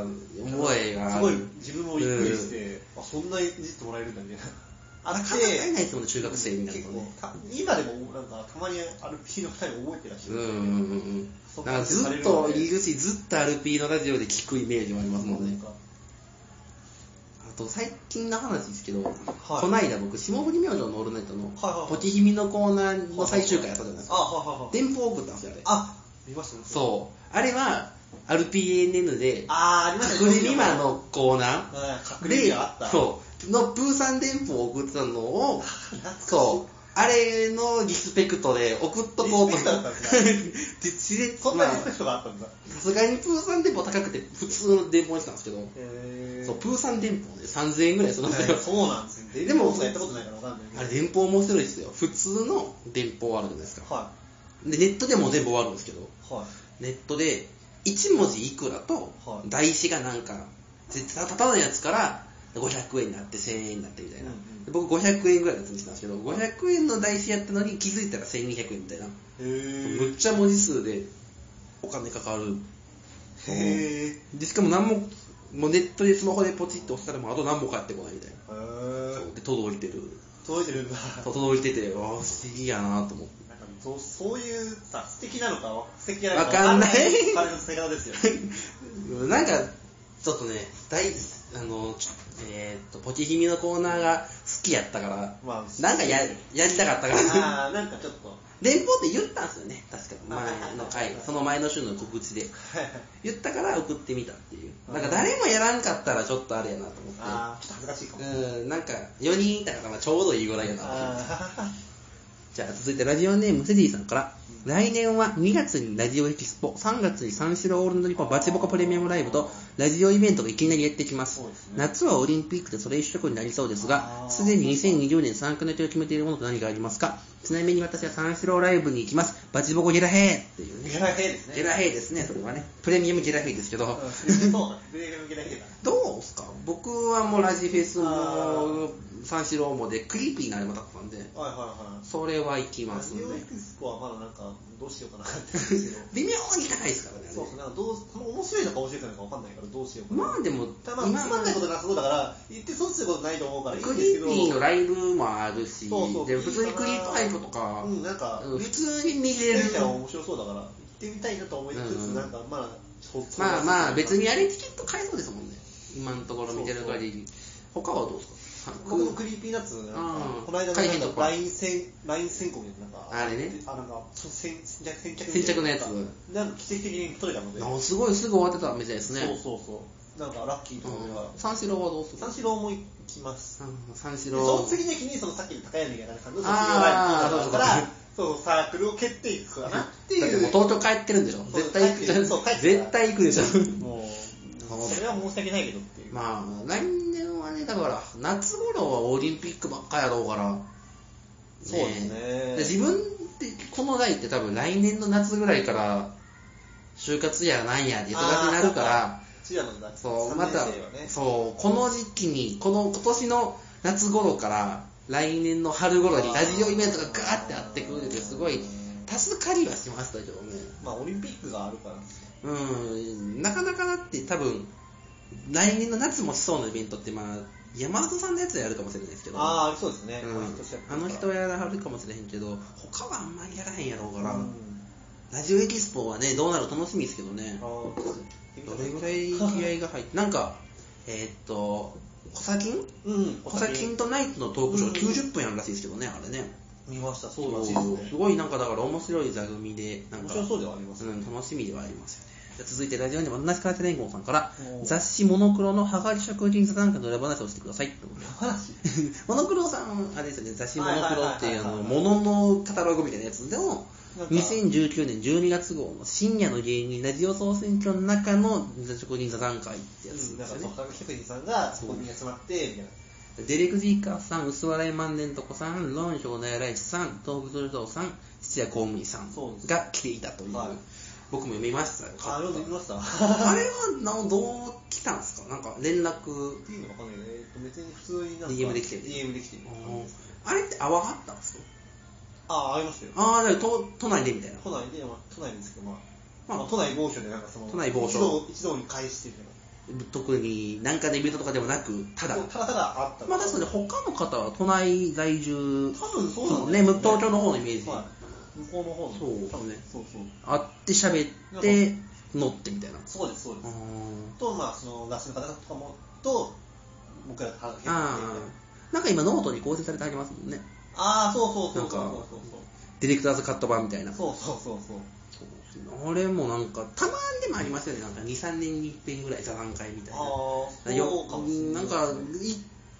覚えがある。
すごい自分もびっくりし
うん
て、あそんなにじってもらえるんだみたいな。あ
なかなか会えないですもんね中学生になるとね
結構た今でもなんかたまに RP の方に覚えてらっしゃ
うん
る、
うんうんうん。だからずっと入り口、ずっと RP のラジオで聞くイメージもありますもん
なん
ね。
か
あと最近の話ですけど、こないだ僕、霜降り明星のオールナイトの
はいはいは、い
ポキヒミのコーナーの最終回あったじゃないです
あ
か。
はいはいはい
電報送ったんですよ、あれ。
あ見ましたねう
そう。あれは、RPNN で、
あーありました
隠れリマのコーナ
はい
ー
隠れ
で
リマあった、
そう、のプーさん電報を送ってたのを、
懐かしい
そう。あれのリスペクトで送っとこうと。
リスペクトだ ったんで
自然
そんなリスペクトがあったんだ、
さすがにプーさん電報高くて普通の電報にしたんですけど、
へー
そうプーさん電報で3000円ぐらいするんです
いや
よ。
そうなんですね
でも
僕やったことないからわかんないけど
あれ電報面白いですよ。普通の電報あるじゃないですか。
は
で、ネットでも電報あるんですけど、
いはい
ネットで1文字いくらと
はい
台紙がなんか、絶対立たないやつから500円になって1000円になってみたいな。
うんうん
で僕500円ぐらいのやつにしたんですけど、500円の台紙やったのに気づいたら1200円みたいな。
へ
むっちゃ文字数でお金かかる。
へえ
でしかも何ももうネットでスマホでポチッと押したらもうあと何本かやってこないみたいな
へー
そうで届いてる
届いてるんだ
そう届いててああ不思議やなと思って
なんかそうそういうさ素敵なのか素敵なのか
わかんない
わかんない彼の素敵 ですよ
なんか、ちょっとね、大、あの、ちょえーっと、ポチ姫のコーナーが好きやったから、
まあ
なんかや、やりたかったから、
ああなんかちょっと
連邦って言ったんですよね、確か。前の
はいはい
回
はい、
その前の週の告知で。言ったから送ってみたっていう。なんか誰もやらんかったらちょっとあれやなと思っ
ああちょっと恥ずかしいかも
て。うん、なんか、4人いたからちょうどいいぐらいやなと思って。
あ
じゃあ続いてラジオネームセディさんから来年は2月にラジオエキスポ3月に三四郎オールナイトニッポンバチボコプレミアムライブとラジオイベントがいきなりやってきます
そうですね
夏はオリンピックでそれ一色になりそうです
あ
が
ー
すでに2020年参加の予定を決めているものと何がありますかちなみに私は三四郎ライブに行きますバチボコゲラヘーっていう
ー
ね
ゲ ラヘイですね
ゲラヘーですねそれはねプレミアムゲラヘーですけ ど、
うんそうだゲラゲラゲラ
どうですか僕はもうラジフェス
あ
も三四郎もでクリーピーなあれもだったんで
はいはいはい
それは行き
ラ
ます
ジ
ね
オエクスポはまだなんかどうしようかなって感じですけど
微妙に高いですからね。
そうそうなんかどうその面白いのか面白くないのかわかんないからどうしようかな
まあでも、
ただまあつまんないことなさそうだから言って損することないと思うからいいん
ク
で
リ
すけ
ー
ど
ピーのライブもあるし、
そうそう
で普通にクリープライブとか、
うんなんか
うん普通に見れる
出。てきたら面白そうだから行ってみたいなと思いつつ、
うん
なんかまあそうそう
まあまあ、別にあれチケット買えそうですもんね。今のところ見てる限り。他はどうですか
僕もクリーピーナッツなんか
うん
この間の
会
な
議
ん
と
か
か
ライン選ライン選考みたいななんか
あれね
あなんかちょ先先着先着
先着のやつ
なんか奇跡的に取れたので
あすごい、すぐ終わってたみたいですね。
そうそうそうなんかラッキーと思いながら
うん三四郎はどうする
三四郎も行きます
うん三
で
四
その
郎。
次の日にそのさっきの高柳がさんの卒業ラ
あ
イ
ー
ブとかだから
そうか
そうサークルを蹴っていくかなって
だって
い
もう
う
東京帰ってるんでしょ
そう
絶対行くじゃん
そう帰ってる
絶対行くで しょ
もうそれは申し訳ないけどっていう
まあ、来年はね、だから、夏頃はオリンピックばっかやろうから、ね
そうですね
で自分って、この代って多分来年の夏ぐらいから、就活やなんやで忙しくなるから、
チアなんだ
そう、
三
ま
年生
た、
はね
そう、この時期に、この今年の夏頃から、来年の春頃にラジオイベントがガーってあってくるんで、すごい、助かりはしましたけどね。
まあオリンピックがあるから
うん、なかなかだって多分、来年の夏もしそうなイベントって、まあ、山里さんのやつはやるかもしれないですけど、
ああありそうですね、
うんあの人はやらはるかもしれへんけど、他はあんまりやらへんやろうから、ラジオエキスポはね、どうなるか楽しみですけどね、
ど
どれぐらい気合が 入って、なんか、えーっと、コサキン
うん
コサキンとナイトのトークショー
うん
90分やるらしいですけどね、あれね。
見ましたそうらしいですね
すごいなんかだから面白い座組で、なん
面
か、
白そうではありますね、
うん、楽しみではありますよね。じゃあ続いてラジオネーム、同じから連合さんから
お、ー
雑誌モノクロのはがき職人座談会の裏話をしてくだ さいってことで
話
モノクロさん、あれですよね、雑誌モノクロっていう、あ
はいはいはいはい
の、もののカタログみたいなやつでも
なん、か
2019年12月号の深夜の芸人ラジオ総選挙の中の職人座談会ってや
う
つ
ん
で
なん
すよ
かそ
ね
う。高木職人さんがそこに集まってみたいな
デレク・ジーカーさん、薄笑い万年とこさん、ロン・ヒョウの偉い師さん、東武道さん、土屋公務員さん
そうです
が来ていたという、
はい
僕も読みましたよ
あ読んでみました
あれはなどう来たんですかなんか連絡、
っていうのわかんないけど、えっと、別に普通になんか
DM できてる
DM できてる
あれって泡はったんですか
ああありましたよ
ああ、だから都都内でみたいな。
都内で、まあ、都内ですけど、まあ、
まあ
まあ、都内某所で、なんかその、
都内某所
一堂一堂に会してるよ
特になんかねビルとかでもなく、ただ。
ただただあった。
まあ確かに他の方は都内在住、
多分そうなんだ
ね、東京の方のイメージ。
はい。向こうの方の。
そう
多分ね。そうそう。
会って喋って、乗ってみたいな。
そうです、そうです。
あ
と、まあ、その、雑誌の方とかも、と、僕らが話してて
あーなんか今ノートに構成されてありますもんね
あー、そうそうそう。
なんか
そう
ディレクターズカット版みたいな
そうそう。そうそうそうそう。
あれもなんかたまにでもありますよねなんか23年に1遍ぐらい座談会みたい
あ
な
あー、
よ
そうかもしれな
ないん
ですね。
か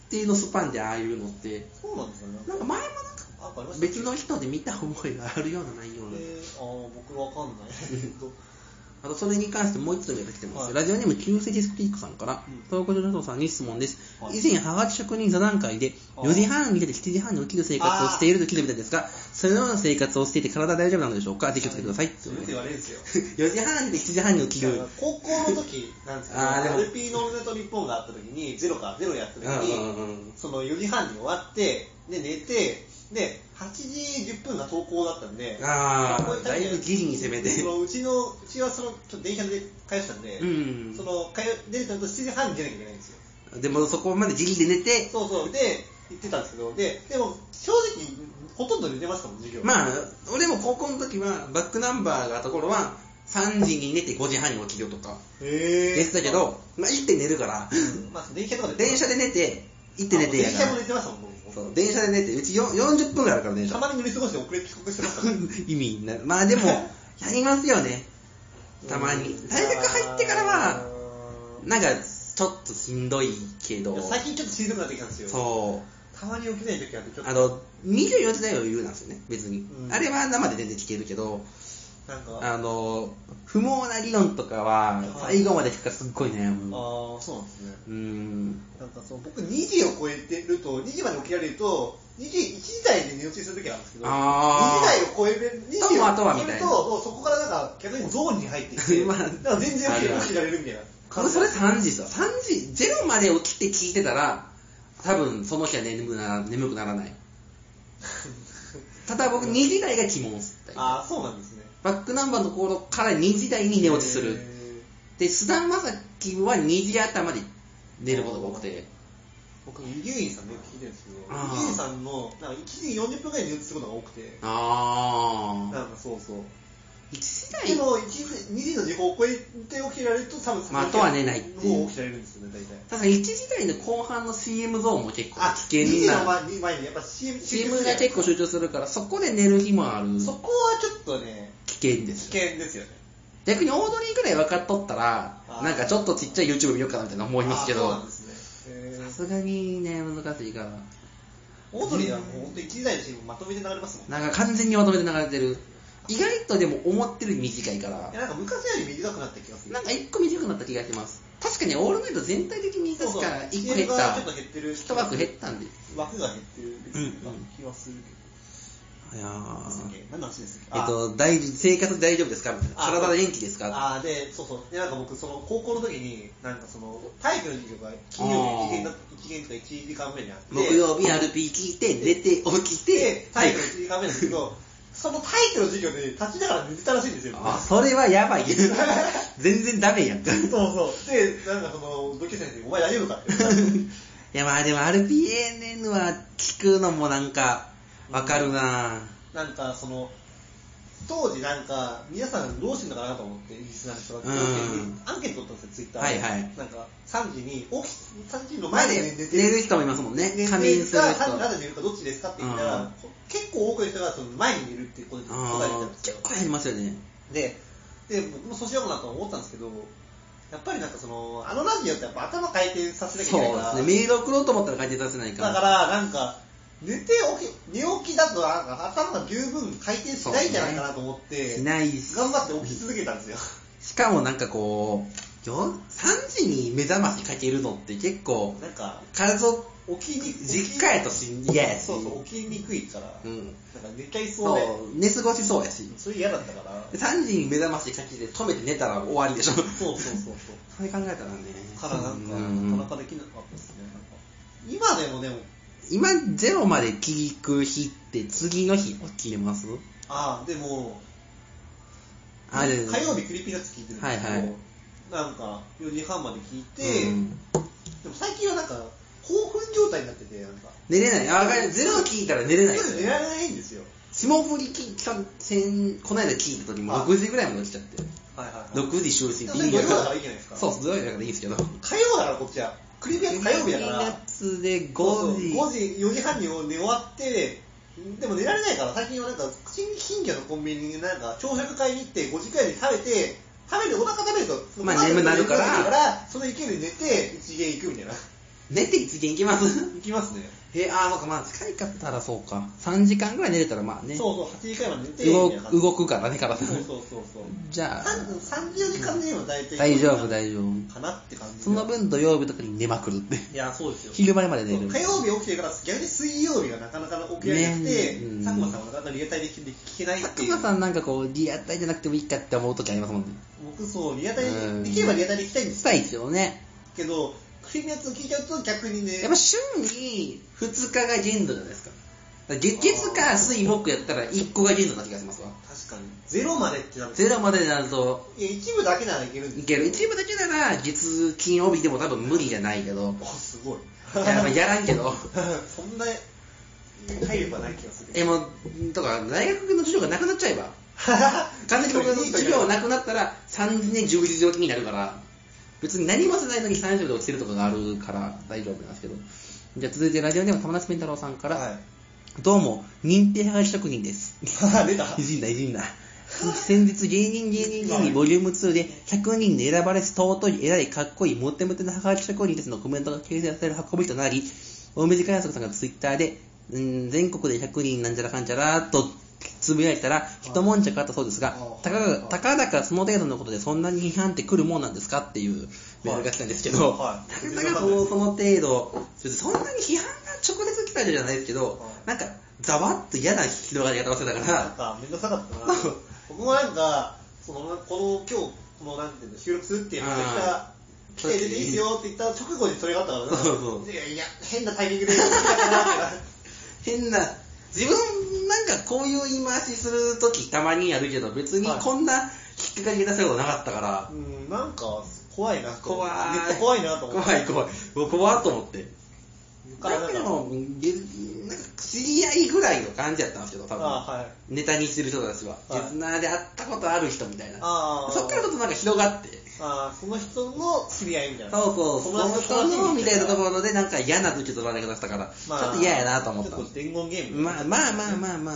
一定のスパンでああいうのって
そうなんですよね。
なんか前もなんか
あわかりました
別の人で見た覚えがあるようなないような、
えー、あー、僕わかんない。 えっと
あとそれに関してもう一つメール来てます、
はい
ラジオネーム旧世ディスクピークさんから、
うん
東北の人さんに質問です、
はい
以前はがき職人座談会で
あー
4時半に出て7時半に起きる生活をしていると聞いたみたいですがそのような生活をしていて体は大丈夫なのでしょうかぜひお聞かせください って
そ
いうう
いう
ね
こと言われるんですよ。
4時半で7時半に起きる
高校の時なんですけど、
あーでも
LP のオールナイト日本があった時に、ゼロか、ゼロやった時
うんうんう
に
ん、
その4時半に終わって、で、寝て、で、 8時10分が登校だったんで、
あー
登校行ったんで
だいぶギリに攻めて
そのうちの、うちはそのちょっと電車で通したんで、
うん
その通出ると7時半に出なきゃいけないんですよ。
でもそこまでギリで寝て、
そうそう、で、行ってたんですけど、で、でも正直、ほとんど寝てましたもん、授業。
まあ、俺も高校の時は、バックナンバーがところは、3時に寝て5時半に起きるとか、
へ
寝てたけど、まあ、行って寝るから、
まあ、電車とかで。
電車で寝て、行って寝てや
電
か
車も
ら
寝。てましたもん、僕
そう電車で寝て、うちよん40分ぐらいあるから、電車
た。まに乗り過ごして遅れて遅刻してましたも ん。
意味ない。まあでも、やりますよね。たまに。大学入ってからは、なんか、ちょっとしんどいけ
い
ど
や、最近ちょっとしんどくなってきたんですよ。
そ
たまに起きない時あって、ち
う
ょっ。と。
あの、24時台は言うなんですよね、別に。
うん
あれは生で出て聞けるけど、
なんか、あ
あの、不毛な理論とかは、
はい
最後まで聞くからすっごい悩
あ
む。
ー、そうなんですね。
うん。
なんかそう、僕2時を超えてると、2時まで起きられると、2時、1時台で寝落ちする時あるんですけど、
あー
2時台を超える、2時
とも
を
あとはみ
超
た
え
い
る
な
と、もうそこからなんか逆にゾーンに入ってき て、
まあ
だから全然起きて起きられるみたいな。
これそれ3時さ、3時、ゼロまで起きて聞いてたら、多分その日は眠くな眠くならない。ただ僕2時台が鬼門っすったり
ああ、そうなんですね。
バックナンバーの頃から2時台に寝落ちす
へ
る。
ー
で、菅田将暉は2時頭で寝ることが多くて。
僕、伊集院さんのよく聞いてるんですけど、
あー
伊集院さんの、なんか1時40分ぐらいに寝落ちすることが多くて、
あ
なんかそうそう。
ー。1
で
時台、
も、1時、2時の時間を超えて起きられると、多分その時
まああとは寝ないっていう
もう起きられるんですよね、大体。
ただ1時台の後半の CM ゾーンも結構
あ、
危険な。
2時の前にやっぱ CM 集中
CM
する
が結構集中するから、そこで寝る日もある。
そこはちょっとね、
危険で
危
すよ。
険ですよね。
逆にオードリーぐらい分かっとったら
あ、ー
なんかちょっとちっちゃい YouTube 見ようかなみたいな思いますけ
あそ
ど
うなん、ですね。へ
さ
ー
すがにね、難しいから。
オードリーはもう本当に1時台の CM まとめて流れますもん。い
なんか完全にまとめて流れてる。意外とでも思ってるより短いから
や、、なんか昔より短くなった気がする。
なんか一個短くなった気がします。確かにオールナイト全体的に確か一個減っ
CM が
た
ちょっ。と減ってる。
一枠減ったんで。い
枠が減ってる気はする
や
けど。
ー
何の話です
えっ
あ
と、大生活大丈夫ですかみたいな。
あ
体は元気ですか
あーで、そうそう。で、なんか僕、その、高校の時に、なんかその、体育の授業が金曜日1限だ、一限とか1時間目にあって、
木曜日 RP 聞いて、寝て、起き
で
て、、
体育の1時間目なんですけど、その体育の授業で立ちながら寝てたらしいんですよ。
あ、それはや ばい。全然ダメやん。い
そうそう。で、なんかその、同級生に、お前大丈夫かって言われて。
や、まあでも RPNN は聞くのもなんか、わかるな
なんかその、当時なんか、皆さんどうしてんのかなと思って、リスナーの人が、
うん
アンケート取ったんですよ、ツイッター
はいはい
なんか、3時に、起き、3時の
前
前
で
で
寝
寝
て
て
る人もいますもんね。
寝
仮眠
て
す
る
る
か、
人。
3時まで寝るか、どっちですかって言ったら、
うん
結構多くの人がその前に寝るってことで答えてた
あ
んで
ー
すよ
結。構減りますよね。
で、で、僕もそうしようかなと思ったんですけど、やっぱりなんかその、あのラジオってやっぱ頭回転させなきゃ
そう
いけない
で
から、
すね。メール送ろうと思ったら書いて出せないから。
だから、なんか、寝て起き、寝起きだと、なんか頭が十分回転しないんじゃないかなと思って、
しない
頑張って起き続けたんですよ。
しかもなんかこう、よ3時に目覚ましかけるのって結構、
なんか、
家族、
起きにくい。
実家やとし嫌やし。
そうそう、起きにくいから、
うん。
なんか寝ちゃいそうで、
そう、寝過ごしそうやし。
それ嫌だったから、
3時に目覚ましかけて止めて寝たら終わりでしょ。
そうそうそうそう。
それ考えたらね。
からなんか、
うん
なかなかできなかったですね。なんか今でもでも、
今、ゼロまで聞く日って次の日起きれます
ああ、でも、
あれ
火曜日クリーピーナッツ聞いてるんですけど、
はいはい
なんか4時半まで聞いて、
うん
でも最近はなんか興奮状態になってて、なんか、
寝れない。あ、ゼロ聞いたら寝れないで
そう
す
寝
よ
られないんですよ。
霜降り聞いた、先この間聞いた時も6時ぐらいまで起きちゃって。
はいはいはい。
6時就寝
でも土曜だからいいじゃないですか
そうそう、土曜だからいいんで すけど。
火曜だからこっちは。クリーピーナッツ火曜日だから。
月で5時。
5時、4時半に寝終わって、でも寝られないから、最近はなんか、近近所のコンビニになんか、朝食買いに行って、5時くらいに食べて、食べる、お腹食べると、
まあ眠くなるから
眠くなるからその勢いで寝て、一芸行くみたいな。
寝て1限行きます
行きますね。
え、あー、そうか、まあ、近いかったらそうか。3時間ぐらい寝れたらまあね。
そうそう、8時くらいまで寝て、
動
みたい
く
な感じ
動くからね、体。
そうそうそうそう。
じゃあ、
3、4時間で今大体。
大丈夫、大丈夫。
かなって感じで。
その分土曜日とかに寝まくるって。
いや、そうですよ。
昼前まで寝る。
火曜日起きてから逆に水曜日がなかなか起きられなくて、
ねうん
佐久間さんはなかなかリアタイで聞けないっ
佐
てい
久
う
間さんなんかこう、リアタイじゃなくてもいいかって思う時ありますもんね。
僕そうリアタイ
うん
できればリアタイで行きたいんです
したいですよね。
けどクリーンのやつを聞いちゃうと逆にね
やっぱ週に2日が限度じゃないですか。ら月月か水木やったら1個がリーズな気がしますわ。
確かに。ゼロまでってなんか、い
ゼロまでになると、
や、一部だけならいけるんで
い
す
ける。一部だけなら月金帯でも多分無理じゃないけど。
お、すごい。
いやまあやらんけど。
そんな、体力はない気がするけ
え、
ど。
もう、とか、大学の授業がなくなっちゃえば。完全に僕の授業なくなったら3年充実病気になるから別に何もせないのに30で落ちてるとかがあるから大丈夫なんですけどじゃあ続いてラジオネーム玉梨ペン太郎さんから、
はい
どうも認定はがき職人です
出た
いじんないじんな先日芸人芸人芸人ボリューム2で100人で選ばれし尊い偉いかっこいいモテモテなはがき職人ですのコメントが掲載される運びとなり大目寺観測さんがツイッターでうん全国で100人なんちゃらかんちゃらとつぶやいたら一悶着あったそうですが
はい
たか
は
が
い
たかだかその程度のことでそんなに批判ってくるもんなんですかっていうメールが来たんですけど、
はいはい
たかだかその程度別にそんなに批判が直接来たわけじゃないですけど、
はい
なんかざわっと嫌な広がり方をしてたか
なん
ら
か、めんどくさかったな。僕もなんか、その、この、今日、この、なんていうの、収録するっていうのが来た
あ、
来て出ていいですよって言った直後にそれがあったからね
そうそう
いやいや、変なタイミングで、来たかなって
変な自分なんかこういう言い回しするときたまにやるけど別に
はい
こんな引っかかり出したことなかったから
うん、なんか、怖いなと。
怖い
めっちゃ怖いなと思って。
怖い怖い僕怖っと思って
だから
だ
なん
け
か
どもげなんか知り合いぐらいの感じやったんですけど多分
あーはい
ネタにしてる人たちは、
はい
リスナーで会ったことある人みたいな
あー
そっからちょっとなんか広がって
あーその人の知り合いみたいな。
そうそうそ
友達
の
の
人のみたいなとこ
ろ、
ろでなんか嫌な時とられ方したから、
まあ
ちょっと嫌やなと思った
ちょっと伝言ゲーム。
まあまあまあまあまあ、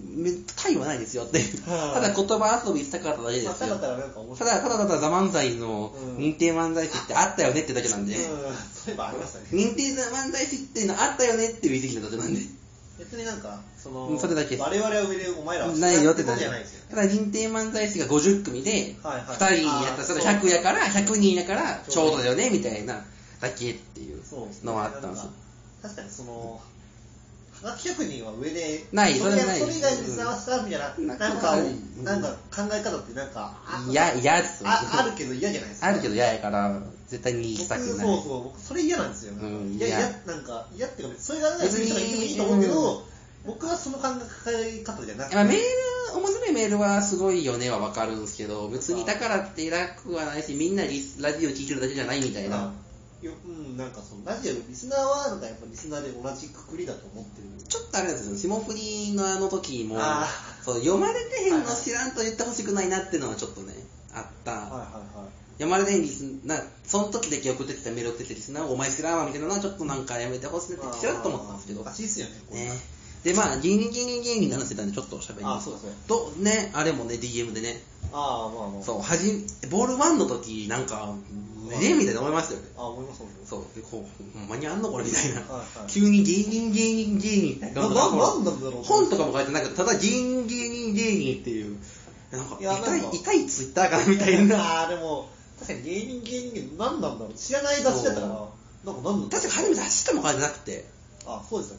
め会はないですよって、
は
ただ
い
言葉遊びしたかっただけですよ。
まあしたかったらなんか面
た
白い
だ、ただただザ漫才の
うん
認定漫才師ってあったよねってだけなん
うん、
で、
そういえばありましたね。
認定ザ漫才師っていうのあったよねっていう言い過ぎただけなんで、
別になんか、その、
うんそれだけです
我々は上でお前らは
ないよって
こ
だ
とじ
け
ゃないですよ。
ただ認定漫才師が50組で、
はいはい
2人やった
あー
ら100やから、100人やからち
ちょ
ょ
う
う
ど
どだよねみたいなだけっていう
そうですね。
のはあったんですよ
なんか。確かにその、はがき職人は上で、
ない
それ
それない
それ以外に探したみたいな、
うん
なんか、
うん
なんか考え方ってなんか、あ
嫌嫌ですよ
ああるけど嫌じゃないですか。
あるけど嫌やから、絶対に
僕
したくない。
そうそう、僕それ嫌なんですよ。
うん
いやい
嫌
や、なんか嫌っていうか、それが
別に
別にいいと思うけ
う
ど、僕はその考え方じゃなくて、
まあ、メール、面白いメールはすごいよねはわかるんですけど、別にだからって楽はないし、みんなリスラジオ聞いてるだけじゃないみたいな。
ようん、なんかそのラジオのリスナーはなんかやっぱリスナーで同じくくりだと思ってる
ちょっとあれなんですよ、霜降りのあの時も
あ、
そう読まれてへん
はい
の
はい
知らんと言ってほしくないなってのはちょっとね、あった。
はいはいはい
読まれてへんリスな、その時だけ送ってきたメール送ってきたリスナー、お前知らんわみたいなのはちょっとなんかやめてほしいなって、ちらっと思ったんですけど
お。かしいっすよねこれ
ねで、まあ、芸人芸人芸人に話してたんで、ちょっと喋ります
あそうそう
と、ね、あれもね、DM でね、
ああまあまあ
そう、はじ、ボールワンの時なんか、ねえみたいな思いましたよね。
ああ思います思います
そう、でこう、ほんまにあんのこれみたいな。
はいはい
急に芸人芸人芸人って
なななんなんだろう
本とかも書いてなくて、ただ芸人芸人芸人っていう、なんか、
いや
痛い
なんか
痛いツイッターかなみたい な。
ああでも確かに芸人芸人何なんだろう知らない雑誌だったからなんか何なんだ
確か初めて走っても書いてなくて。
あそうですね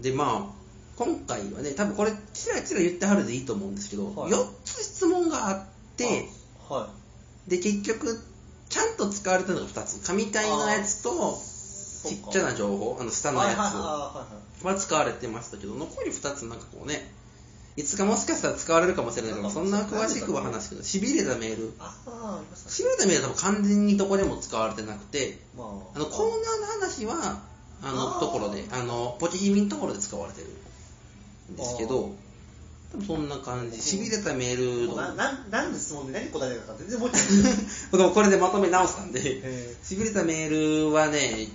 で、まあ、今回はね、多分これ、ちらちら言ってはるでいいと思うんですけど、
はい
4つ質問があって、
あはい
で結局ちゃんと使われたのが2つ紙体のやつとちっちゃな情報あの下のやつ
はいはいはいは
は
い
使われてましたけど残り2つなんかこうねいつかもしかしたら使われるかもしれないからそんな詳しくは話すけどしびれたメール
ああありましたね
しびれたメールは多分完全にどこでも使われてなくて
ま
あのコーナーの話はあの
あー
ところであのポチヒミのところで使われてるんですけど多分そんな感じしびれたメール
も
の
うななんなんの質問で何答えたか全然覚えてない
僕もこ れでまとめ直したんで
へ、ー
しびれたメールはね、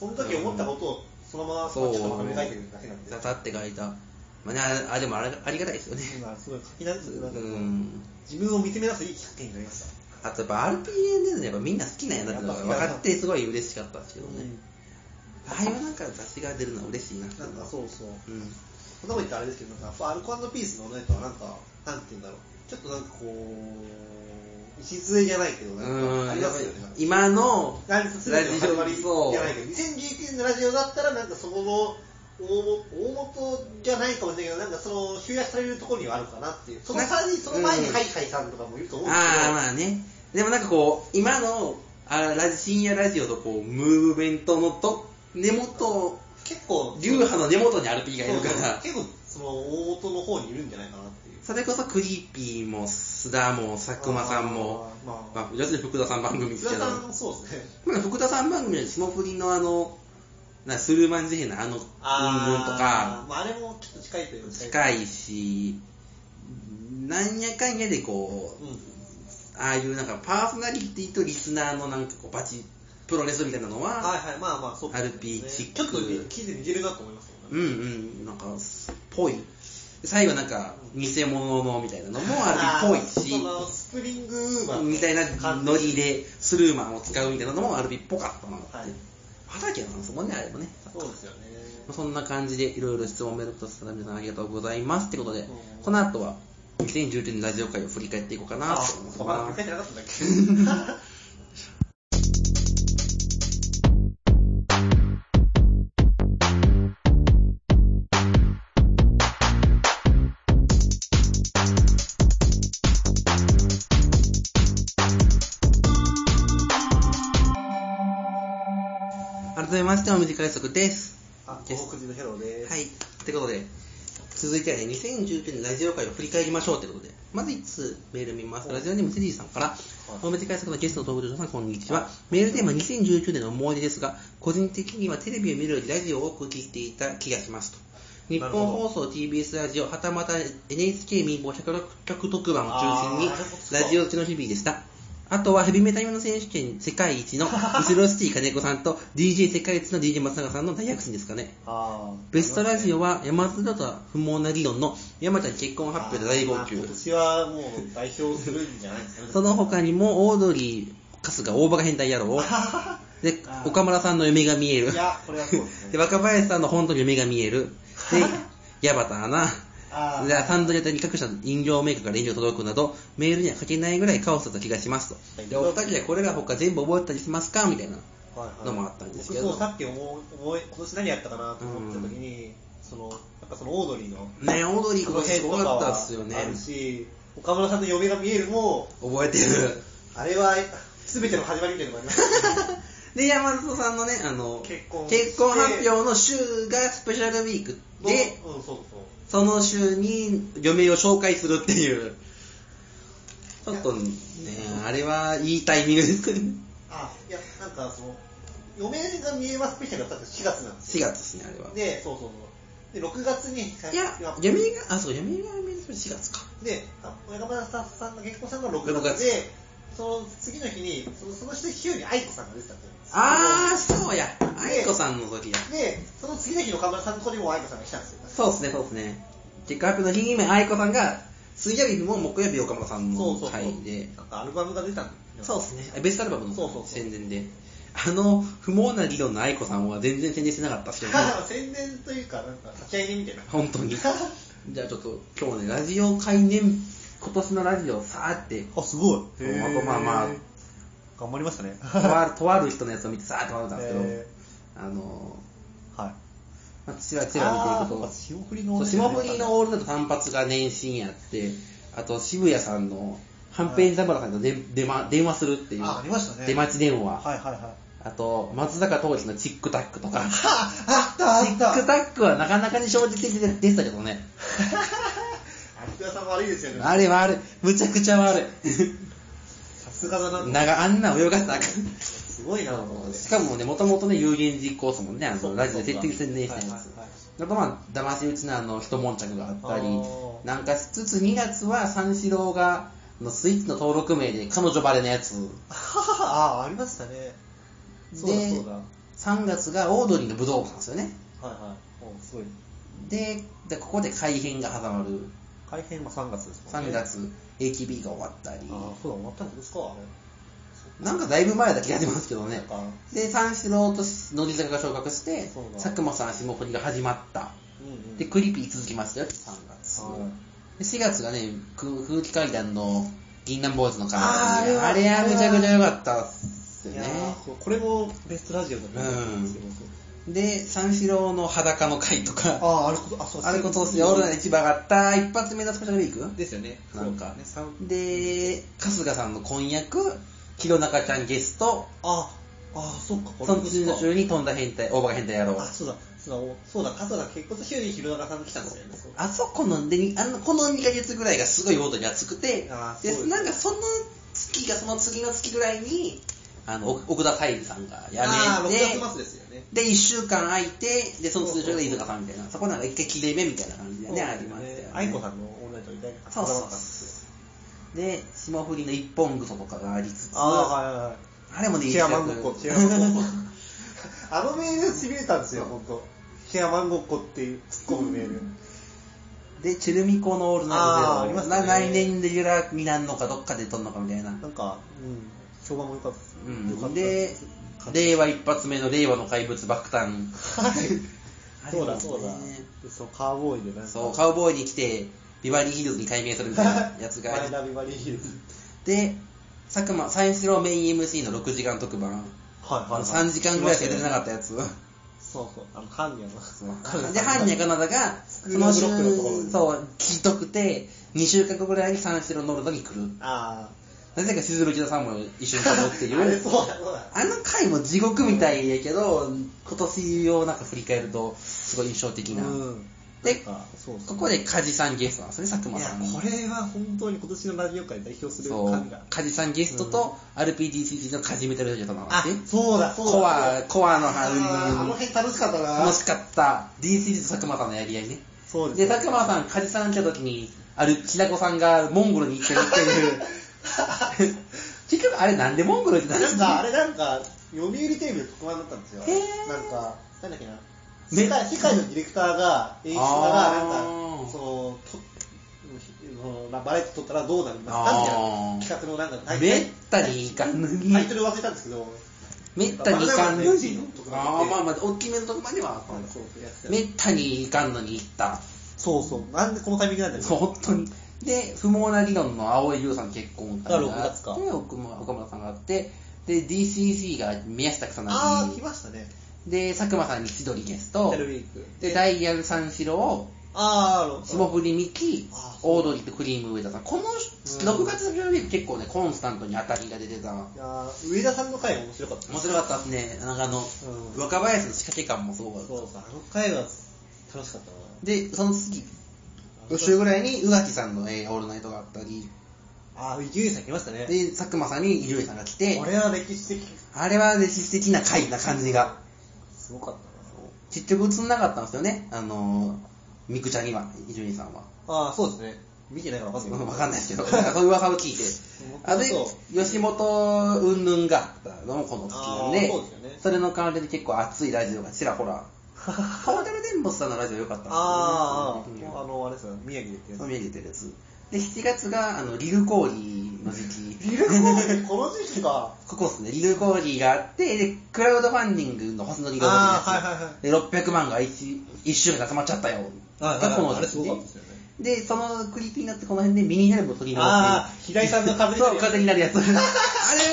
その時思ったことをそのまま
そう、
ちょっと考えてるだけなんで、
ザタって書いた。まあね、ああでもあれありがたいですよね。
今すごい書き直す
う
なんか
ん。
自分を見つめ出すいいきっかけになりました。
あとやっぱ RPN でやっぱみんな好きなんやなってのが分かってすごい嬉しかったんですけどね。ああいうなんか雑誌が出るのは嬉しいなって
なんかそうそう。
うん。
そんなこと言ったらあれですけど、なんかアルコピースのナイトはなんか、なんて言うんだろう。ちょっとなんかこう、礎じゃないけど、なん
うん
かありますよね。
今の
ラジオの始まり
そう
じゃないけど、2019年のラジオだったら、なんかそこの大元大元じゃないかもしれないけど、なんかその集約されるところにはあるかなっていう。そのさらにその前に
うん
ハイハイさんとかもいると思うんですけど。
ああまあねでもなんかこう今のあラジ深夜ラジオとこうムーブメントのと根元
結構、
流派の根元に RP がいるか
そう
ら
結構、その、大元の方にいるんじゃないかなっていう。
それこそクリーピーも須田も佐久間さんも
あーまあ
まあ、要するに福田さん番組です
津
け
田
ど
さんもそうですね。
まあ福田さん番組の霜降りのあのなスルーマン事変のあの部分と
あ
か
ーまあ、あれもちょっと近いというか
近いしなんやかんやでこう
うん。
ああいうなんかパーソナリティとリスナーのなんかこうバチプロレスみたいなのは、
はいはい、まあまあ、そうですね
RP チック
ちょっとね記事似てるなと思いますもん
うんうんなんかぽい最後なんか偽物のみたいなのもあるっぽいし
そのスプリングウーマン
みたいなノリでスルーマンを使うみたいなのもアルビっぽかったなって、
はい
畑なんですもんねあれもね
そうですよね
そんな感じでいろいろ質問メールくださった皆さんありがとうございますってことで、
うん
この後は2019年ラジオ界を振り返っていこうかな
あ
と
そうま
思
だ
い
書いて
ま
なかったんだっ
す改めましてお短い速です
けあ東北人のヘローです
はいってことで続いてはね2019年ラジオ界を振り返りましょうってことでまず1通メール見ますラジオネームセリーさんからおめでたいさのゲストの東北さんこんにちはメールテーマ2019年の思い出ですが個人的にはテレビを見るよりラジオを多く聞いていた気がしますと日本放送 TBS ラジオはたまた NHK 民放106局特番を中心に
あーそうか
ラジオ打ちの日々でしたあとはヘビメタ用の選手権世界一の後ろシティ金子さんと DJ 世界一の DJ 松永さんの大躍進ですかね
あ
ベストラジ
オ
オは山津だと不毛な理論の山ちゃん結婚発表で大号泣
今年はもう代表するんじゃないですかね
その他にもオードリー春日大バカ変態野郎で
あー
岡村さんの夢が見える
いやこれはそうですね
で若林さんの本当に夢が見える で矢端アナ
あー
でサンドリアタに各社の飲料メーカーから飲料届くなどメールには書けないぐらいカオスだった気がしますとでお二人はこれら他全部覚えたりしますかみたいな
はいはい
のもあったんですけど
僕もさっき思う思い今年何やったかなと思ってた時にそのやっぱそのオードリーの
ねオードリー
こ
こ
の
の
辺
す
と
ご
か
かっ
は
たっすよね
あるし岡村さんの嫁が見えるも
覚えてる
あれは全ての始まりみたいなのがありましたね
で山里さんのねあの
結婚
発表の週がスペシャルウィークで
うんそうそう
その週に嫁を紹介するっていうちょっとねあれはいいタイミング ですね
あいやなんかその嫁が見えますスペシャルが確か4月なんです
4月ですねあれは
よでそうそうそうで6月に
いや嫁があそう嫁が4月か
であ親方さんが結婚したのが6月でその次の日にそのその日の日に愛子さんが出てたんですよ
ああそうや愛子さんの時だ
でその次の日の岡村さんの子にも愛子さんが来たんですよ
そうですねそうですね結果発表の日に愛子さんが水曜日も木曜日岡村さん
そう
の
そうそう
回で
なんかアルバムが出たん
そうですね、ベストアルバムの
そうそうそう
宣伝で、あの不毛な理論の愛子さんは全然宣伝してなかったですけど、
宣伝というか、なんか立ち上げみたいな。
本 当に。じゃあちょっと今日ね、ラジオ開年、今年のラジオさーって、
あ、すごい。
へーまあまあまあ
頑張りましたね。
とあるとある人のやつを見てさーって笑っ たんですけど、
へ
あの
はい。
ー、まあ、ちらちら見ていくと、
霜降り
そう霜降りのオールナイト単発が年始にあって、あと渋谷さんの、はんぺん侍さんので電話電話するっていう、
あありましたね
出待ち電話、
はいはいはい。
あと松坂桃李のチックタックとか。
あ、あったあ
チ
った。
ッ クタックはなかなかに正直的でしたけどね。
秋田さん悪いですよね。
あれ悪い。むちゃくちゃ 悪い。
さすがだなと。
長、あんな泳がせたらあかん。
すごいなと思って。
しかもね、もともとね、有言実行っすもんね、あ
そう
の、
か
ラジオで徹底宣伝したや
はい
つ
はいはい。
あとまあ、騙し討ちのあの、一悶着があったり
あー、
なんかしつつ2月は三四郎が、あのスイッチの登録名で彼女バレのやつ。
ああ、ありましたね。そうだ
で
そうだ。はい
3月がオードリーの武道館ですよね。
はい。おすごい。
で、でここで改編が挟まる。
改編は3月ですもんね。
3。月、AKB が終わったり。
ああ、そうだ、終わったんですか、あれ。
なんかだいぶ前だけやってますけど
な
ね
ん。か
で、三四郎と乃木坂が昇格して
そう、だ
佐久間さん、霜降りが始まった。
うんうん
で、クリピー続きましたよ、3月。
は
で、4月がね、く空気階段の銀杏坊主の会
あーあれは
あれはめちゃくちゃ良かったっすよ
い
ね
や。ーこれもベストラジオだと思うんですよ、
で、三四郎の裸の会と
僕
か、
ああ、あれこと、あ、そう
あれこそですよ、オールナイト一番上がった、一発目のスペシャルウィーク
ですよね。
なんか
そうね、三
で、春日さんの婚約、弘中ちゃんゲスト、
あ、あ、そっか、
その次の週
に。
に飛んだ変態、大バカ変態野郎
あ、。そうだ、そうそうだ、桂結骨修理弘中さん来たんですよね。そう
あそこのであのこの2ヶ月ぐらいがすごいウォードに熱くて
あーそう
で
です
なんかその月がその次の月ぐらいにあの奥奥田泰治さんが辞
ああ、
めて
6月末ですよね。
で1週間空いてでその通常が飯塚さんみたいなそこなんか一回切れ目みたいな感じでねありましたよね
愛子さんのオンラインとみたいな
そうそう
たんですよ。
で霜降りの一本草とかがありつつ
ああ、はいはいはい。
あれもね
チェアマンごっこ、
一
チェ
躍
アマンごっこ。 あのメールしびれたんですよ、本当。チェアマンごっこっていう突っ込むメール。
でチェルミコのオールナ
あーあ
イ
り
トゼ
ます
ロ、
ね
来年レギュラーになるのかどっかで取るのかみたいな
なんか、うん、評判も良かったです。
う
良かっ
ん、
た
で、令和一発目の令和の怪物爆誕。
はい。そうだそうだ。でそう、カーボーイでなんか。
そう、カウボーイに来て、ビバリーヒルズに改名するみたいなやつ があ
前
り
田ビバリーヒルズ。
で、佐久間、サイエンスローメイン MC の6時間特番。
はいはいはい。
3時間ぐらいしか出てなかったやつ。
そうそう、あの、カンニャ の。
で、ハンニャカナダが、
スクールオブロックのところに
そう、ひどくて、2週間後ぐらいに三四郎ノルドに来る。
あ
なぜか鈴木田さんも一緒に来るってい
あ。あれ、
う。
そうだそうだ。
あの回も地獄みたいやけど、今年をなんか振り返ると、すごい印象的な。
うん。
で
なんかそうそ
こ
う。
こで梶さんゲストなんですね、佐久間
いや
さん、
これは本当に今年のラジオ界代表する
そ
感
う
が。、
梶さんゲストと、RPDCC の梶メタルジェットなの
あ
で、、
そうだ、そうだ。
コア、コアの
あーあの
話、
辺楽しかったな
楽。しかった、DCC と佐久間さんのやり合いね。
そうです
で、
ね。
佐久間さん、梶さん来た時に、ある、きなこさんがモンゴルに行ってるっていう。 結局、あれなんでモンゴルってな
なん
ん
か、
だ
あれなんか、読売テレビの特番だったんですよ。
へー
なんか、なんだっけな。
ね
世界世界のディレクターが、演出家が、なん
あー
か、その、とそのバラエティ撮ったらどうなりますかみたいな企画のなんかタイトル
めったにいかんのに
タイトル忘れたんですけど、
めったにいかんの
まあまあまあ
に
4時のとこ。ろで
ああ、まあまあ、大きめのとこまでは。
そうそうやってた
めったにいかんのに行った。
そうそう、なんでこのタイミングなんだよ。
そう、本当に。で、不毛な理論の青井優さん結婚会
が6月か
で、奥村岡村さんがあって、で、DCC が宮下草
あー、来
薙。
ましたね。
で、佐久間さんに千鳥ゲスト
テ。レビウィーク。
で、ダイヤル三四郎、
あー、ロ
霜降りミキ
あ、ー
オードリーとクリーム上田さん。この
ん
6月のフェアウェイ結構ね、コンスタントに当たりが出てた。面
いやー上田さんの回が面白かった。
白かったですね。なんかあの、
うん
若林の仕掛け感もすごかった
そう。そう、あの回は楽しかったな。
で、その次、5週ぐらいに宇垣さんの、えーオールナイトがあったり、
あー、伊集院さん来ましたね。
で、佐久間さんに伊集院さんが来て
こ、れは歴史的。
あれは歴史的な回な感じが。
すごかったな。
結局映んなかったんですよね。あのー、ミクちゃんには、伊集院さんは。
ああ、そうですね。見てないから分かんない。
わかんない ですけど、なんかそういう噂を聞いて。あで
そう、
吉本云々があったのもこの月なん
あ
で、
ーそうですよね
それの関連で結構熱いラジオがちらほら。トータルテンボスさんのラジオ良かったん
あ
ですよね。
あ、あの、あれですよ、宮城でってやつ。
見えてるやつ。で、7月が、あの、リルコーリーの時期。
ビルコーこの時期か。
ここですね、リルコーリーがあって、で、クラウドファンディングの星野リゴー
あー
リーで600万が 1, 一週間で集まっちゃったよ。がこの
あれすごかったですよね。
で、そのクリーピーになってこの辺でミニヘルムを取り戻
あ
して。
ー平井さんの風になる
そう
やつ
風にな るやつ。あれ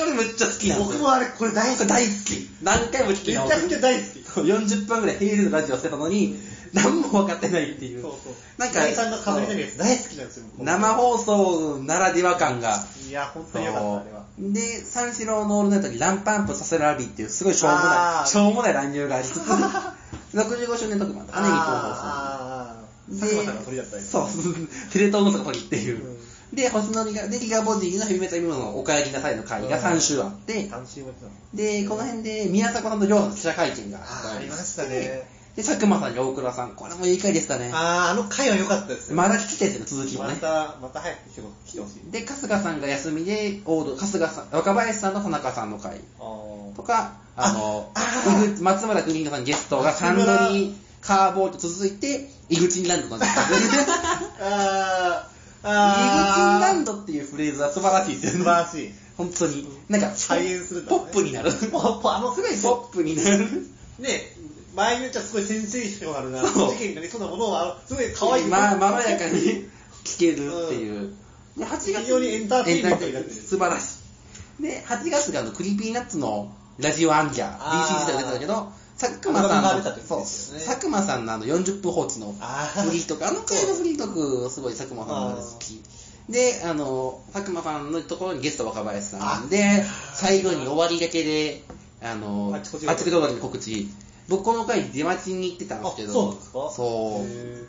俺めっちゃ好きなの。
僕もあれ、これ大好
僕
き。
大好き。何回も聞き
めち
直
ゃ
す
くちゃ大好き。
そう40分ぐらいヘイルのラジオしてたのに、何も分かってないっていう。
そうそう。
なんか
平井さんの風になるやつ大好きなんですよ、僕
生放送ならでは感が。
いや、本当によかった、あれは。
で、三四郎のオールナイトにランパンプさせるラビーっていうすごいしょうもな
あ
い、
ー
しょうもない乱入があ りつつ、65周年特番だね、日本放
あーあー、
送。
佐久間さんが鳥だった
で
り
そう、 テレ東の鳥っていう。
うん
で、星野リガ、で、リガボディのヘビメタミモのお帰りなさいの会が3週あって、
楽しみました。
で、この辺で宮迫さんと亮さんの記者会見が
あー
あ
ありましたね。
で、佐久間さんに大倉さん、これもいい回でしたね。
ああ、あの回は良かったですよ。
まだ聞きたいですね、続きも
ま
ね。
た、また早く来てほ来てほしい。
で、春日さんが休みで、オード春日さん、若林さんの田中さんの会。
あー
とか、あの
あ、
井口松村邦彦さんゲストがサンドリー、カーボーイと続いて、イグチンランドなんですよ。イグチ
あー
ンラ
あー
ンドっていうフレーズは素晴らしいです
素
よ
晴
ね。
らしい。
本当に。なんか、
再現するんだ
ポ
ね
ップになる。
ポップあの
すごいポップになる。
ね場合によっちゃすごいセンセーショナルな
そう
事件になりそうなものを、あのすごい可愛い。
まあ、まろやかに聞けるっていう。で、8月
非常にエンターテインメントになってる
素晴らしい。で、8月があの、クリーピーナッツのラジオアンギャー、
あー
DC 時代が出てたけど、佐久間さん
アルバムが出たっ
の、
てこ
そ
と
う
ですよね
佐久間さんのあの40分放置のフ
あー
リートーク、あの回のフリートーク、すごい佐久間さんが好き。で、あの、佐久間さんのところにゲスト若林さんで、最後に終わりがけで、あの、
あちこち
あちこち踊りの告知、僕この回出待ちに行ってたんですけど、
あそうなんですか
そう
へ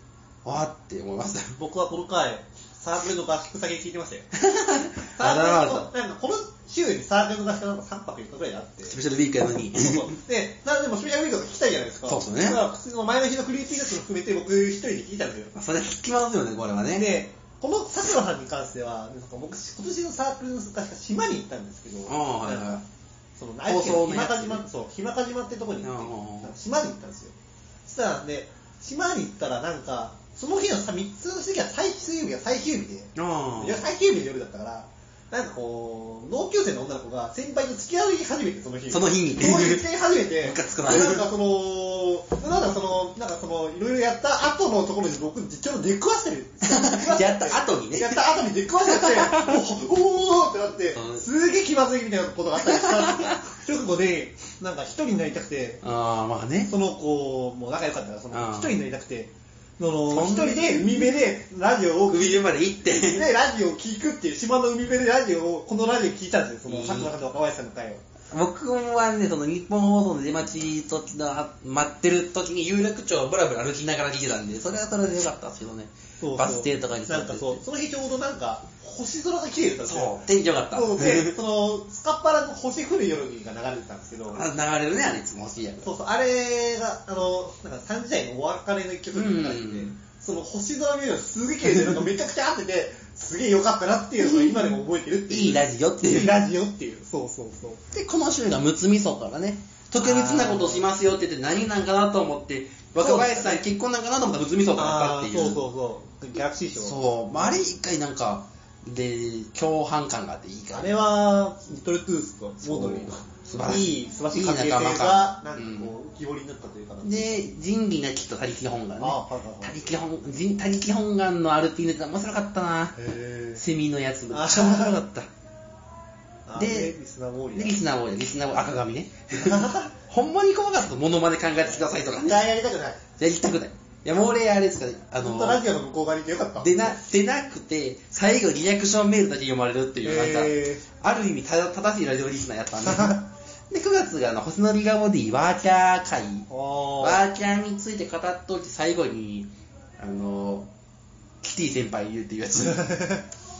ー
わーって思いました。
僕はこの回、サークルの合宿先聞いてましたよ。
あなるほ
サークルの、なんかこの週にサークルの合宿なんか3泊4日くらいあっ て。
ス
そ
ペ
う
シャルウィークやのに。
そうで、なんでもスペシャルウィークとか聞きたいじゃないですか。
そうそうね
だから、その前の日のクリーピーナッツも含めて僕一人で聞いたんですよ。
それは聞きますよね、これはね。
で、このさくらさんに関しては、なんか僕、今年のサークルの確か島に行ったんですけど、
ああ、はいは
その愛知県
放
の
送の
日
やつ
間島、そう、日間島ってとこに行っ
うん
て、島に行ったんですよ。そしたら、で、島に行ったらなんか、その日のさ3つの席は最終日が最終日で、
い。あ
いや最終日の夜だったから、なんかこう、同級生の女の子が先輩と付き合い始めて、その日。
その日に
その日付き合い始めて、
ムカつくな
なんかその、なんかその、なんかその、いろいろやった後のところに僕、ちょうど出くわしてる。
やった後にね
やった後に出くわしちゃって、おおーってなっ
う
て、
ん
すげえ気まずいみたいなことがあったりしたんですよ。直後で、なんか一人になりたくて、
あー、まあね。
その子も仲良かったから、その
あー
一人になりたくて、その一
そん
人
な
で海辺でラジオを
海辺まで行って。
で、ラジオを聞くっていう、島の海辺でラジオを、このラジオ聞いたんですよ、その、
うん
佐久間さんと若林さんの会を。
僕はね、その日本放送の出待ちと待ってる時に有楽町をブラブラ歩きながら聞いてたんで、それはそれでよかったんですけどね。バス停とかに座
な
っ
ん
て
かそう、その日ちょうどなんか、星空が綺麗だったんです
そ
よ。
う、天気良かった。
そうで、その、スカッパラの星降る夜が流れてたんですけど、
あ流れるね、あれいつも欲しいや
そうそう、あれが、あの、なんか3時台のお別れの一曲になってて
うん、
その星空見るのすげえ綺麗で、なんかめちゃくちゃ合ってて、すげえ良かったなっていうのを今でも覚えてるっていう。
いいラジオっていう
いいラジオっていう。そうそうそう。
で、この週がむつみそからね、特別なことしますよって言って何なんかなと思って、若林さん結婚なんかなと思ったらむつみそかだったっていう。
あーそうそうそう。ギャラクシー賞。
そう、まあ、あれ一回なんか、で、共犯感があっていいから。
あれは、リトルトゥースとモードリーの
素晴らしい
いい素晴らしい関係
いい
性が、なん
仲間
か
が
こう、浮き彫りになったというか、
で、仁義なきと他力本願ね。
あはいはいはい
他力本、仁他力本願の RP のやつ面白かったな。
へ
セミのやつ、めっちゃ面白か った。
ー
で
で、リスナーモー
で、
リ
リ
ー
スナー多い、リスナー多い、赤髪ね。 ほんまに細かったモノマネ考えてくださいとかね。
だ。やりたくない。
やりたくない。いや、もう俺あれですから、あ
本当ラ
の、
ジオの向こう側にいてよかった。
出な、出なくて、最後リアクションメールだけ読まれるっていう、なんか、
へ
ある意味た正しいラジオリスナーやったん で。で、9月があの、星野リガボディワーキャー会。ワ
あ
ーキャーについて語っといて最後に、あの、キティ先輩言うっていうや つ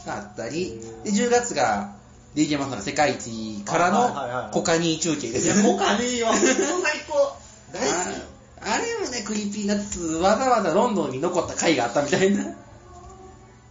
があったり、で、10月が、DJ マスターの世界一から
はいはいはいは
の
い
コカニー中継で
ー。い
す
や、もうかねえよ。 もう最高。大好きよ。
ああれもね、クリーピーナッツ、わざわざロンドンに残った回があったみたいな。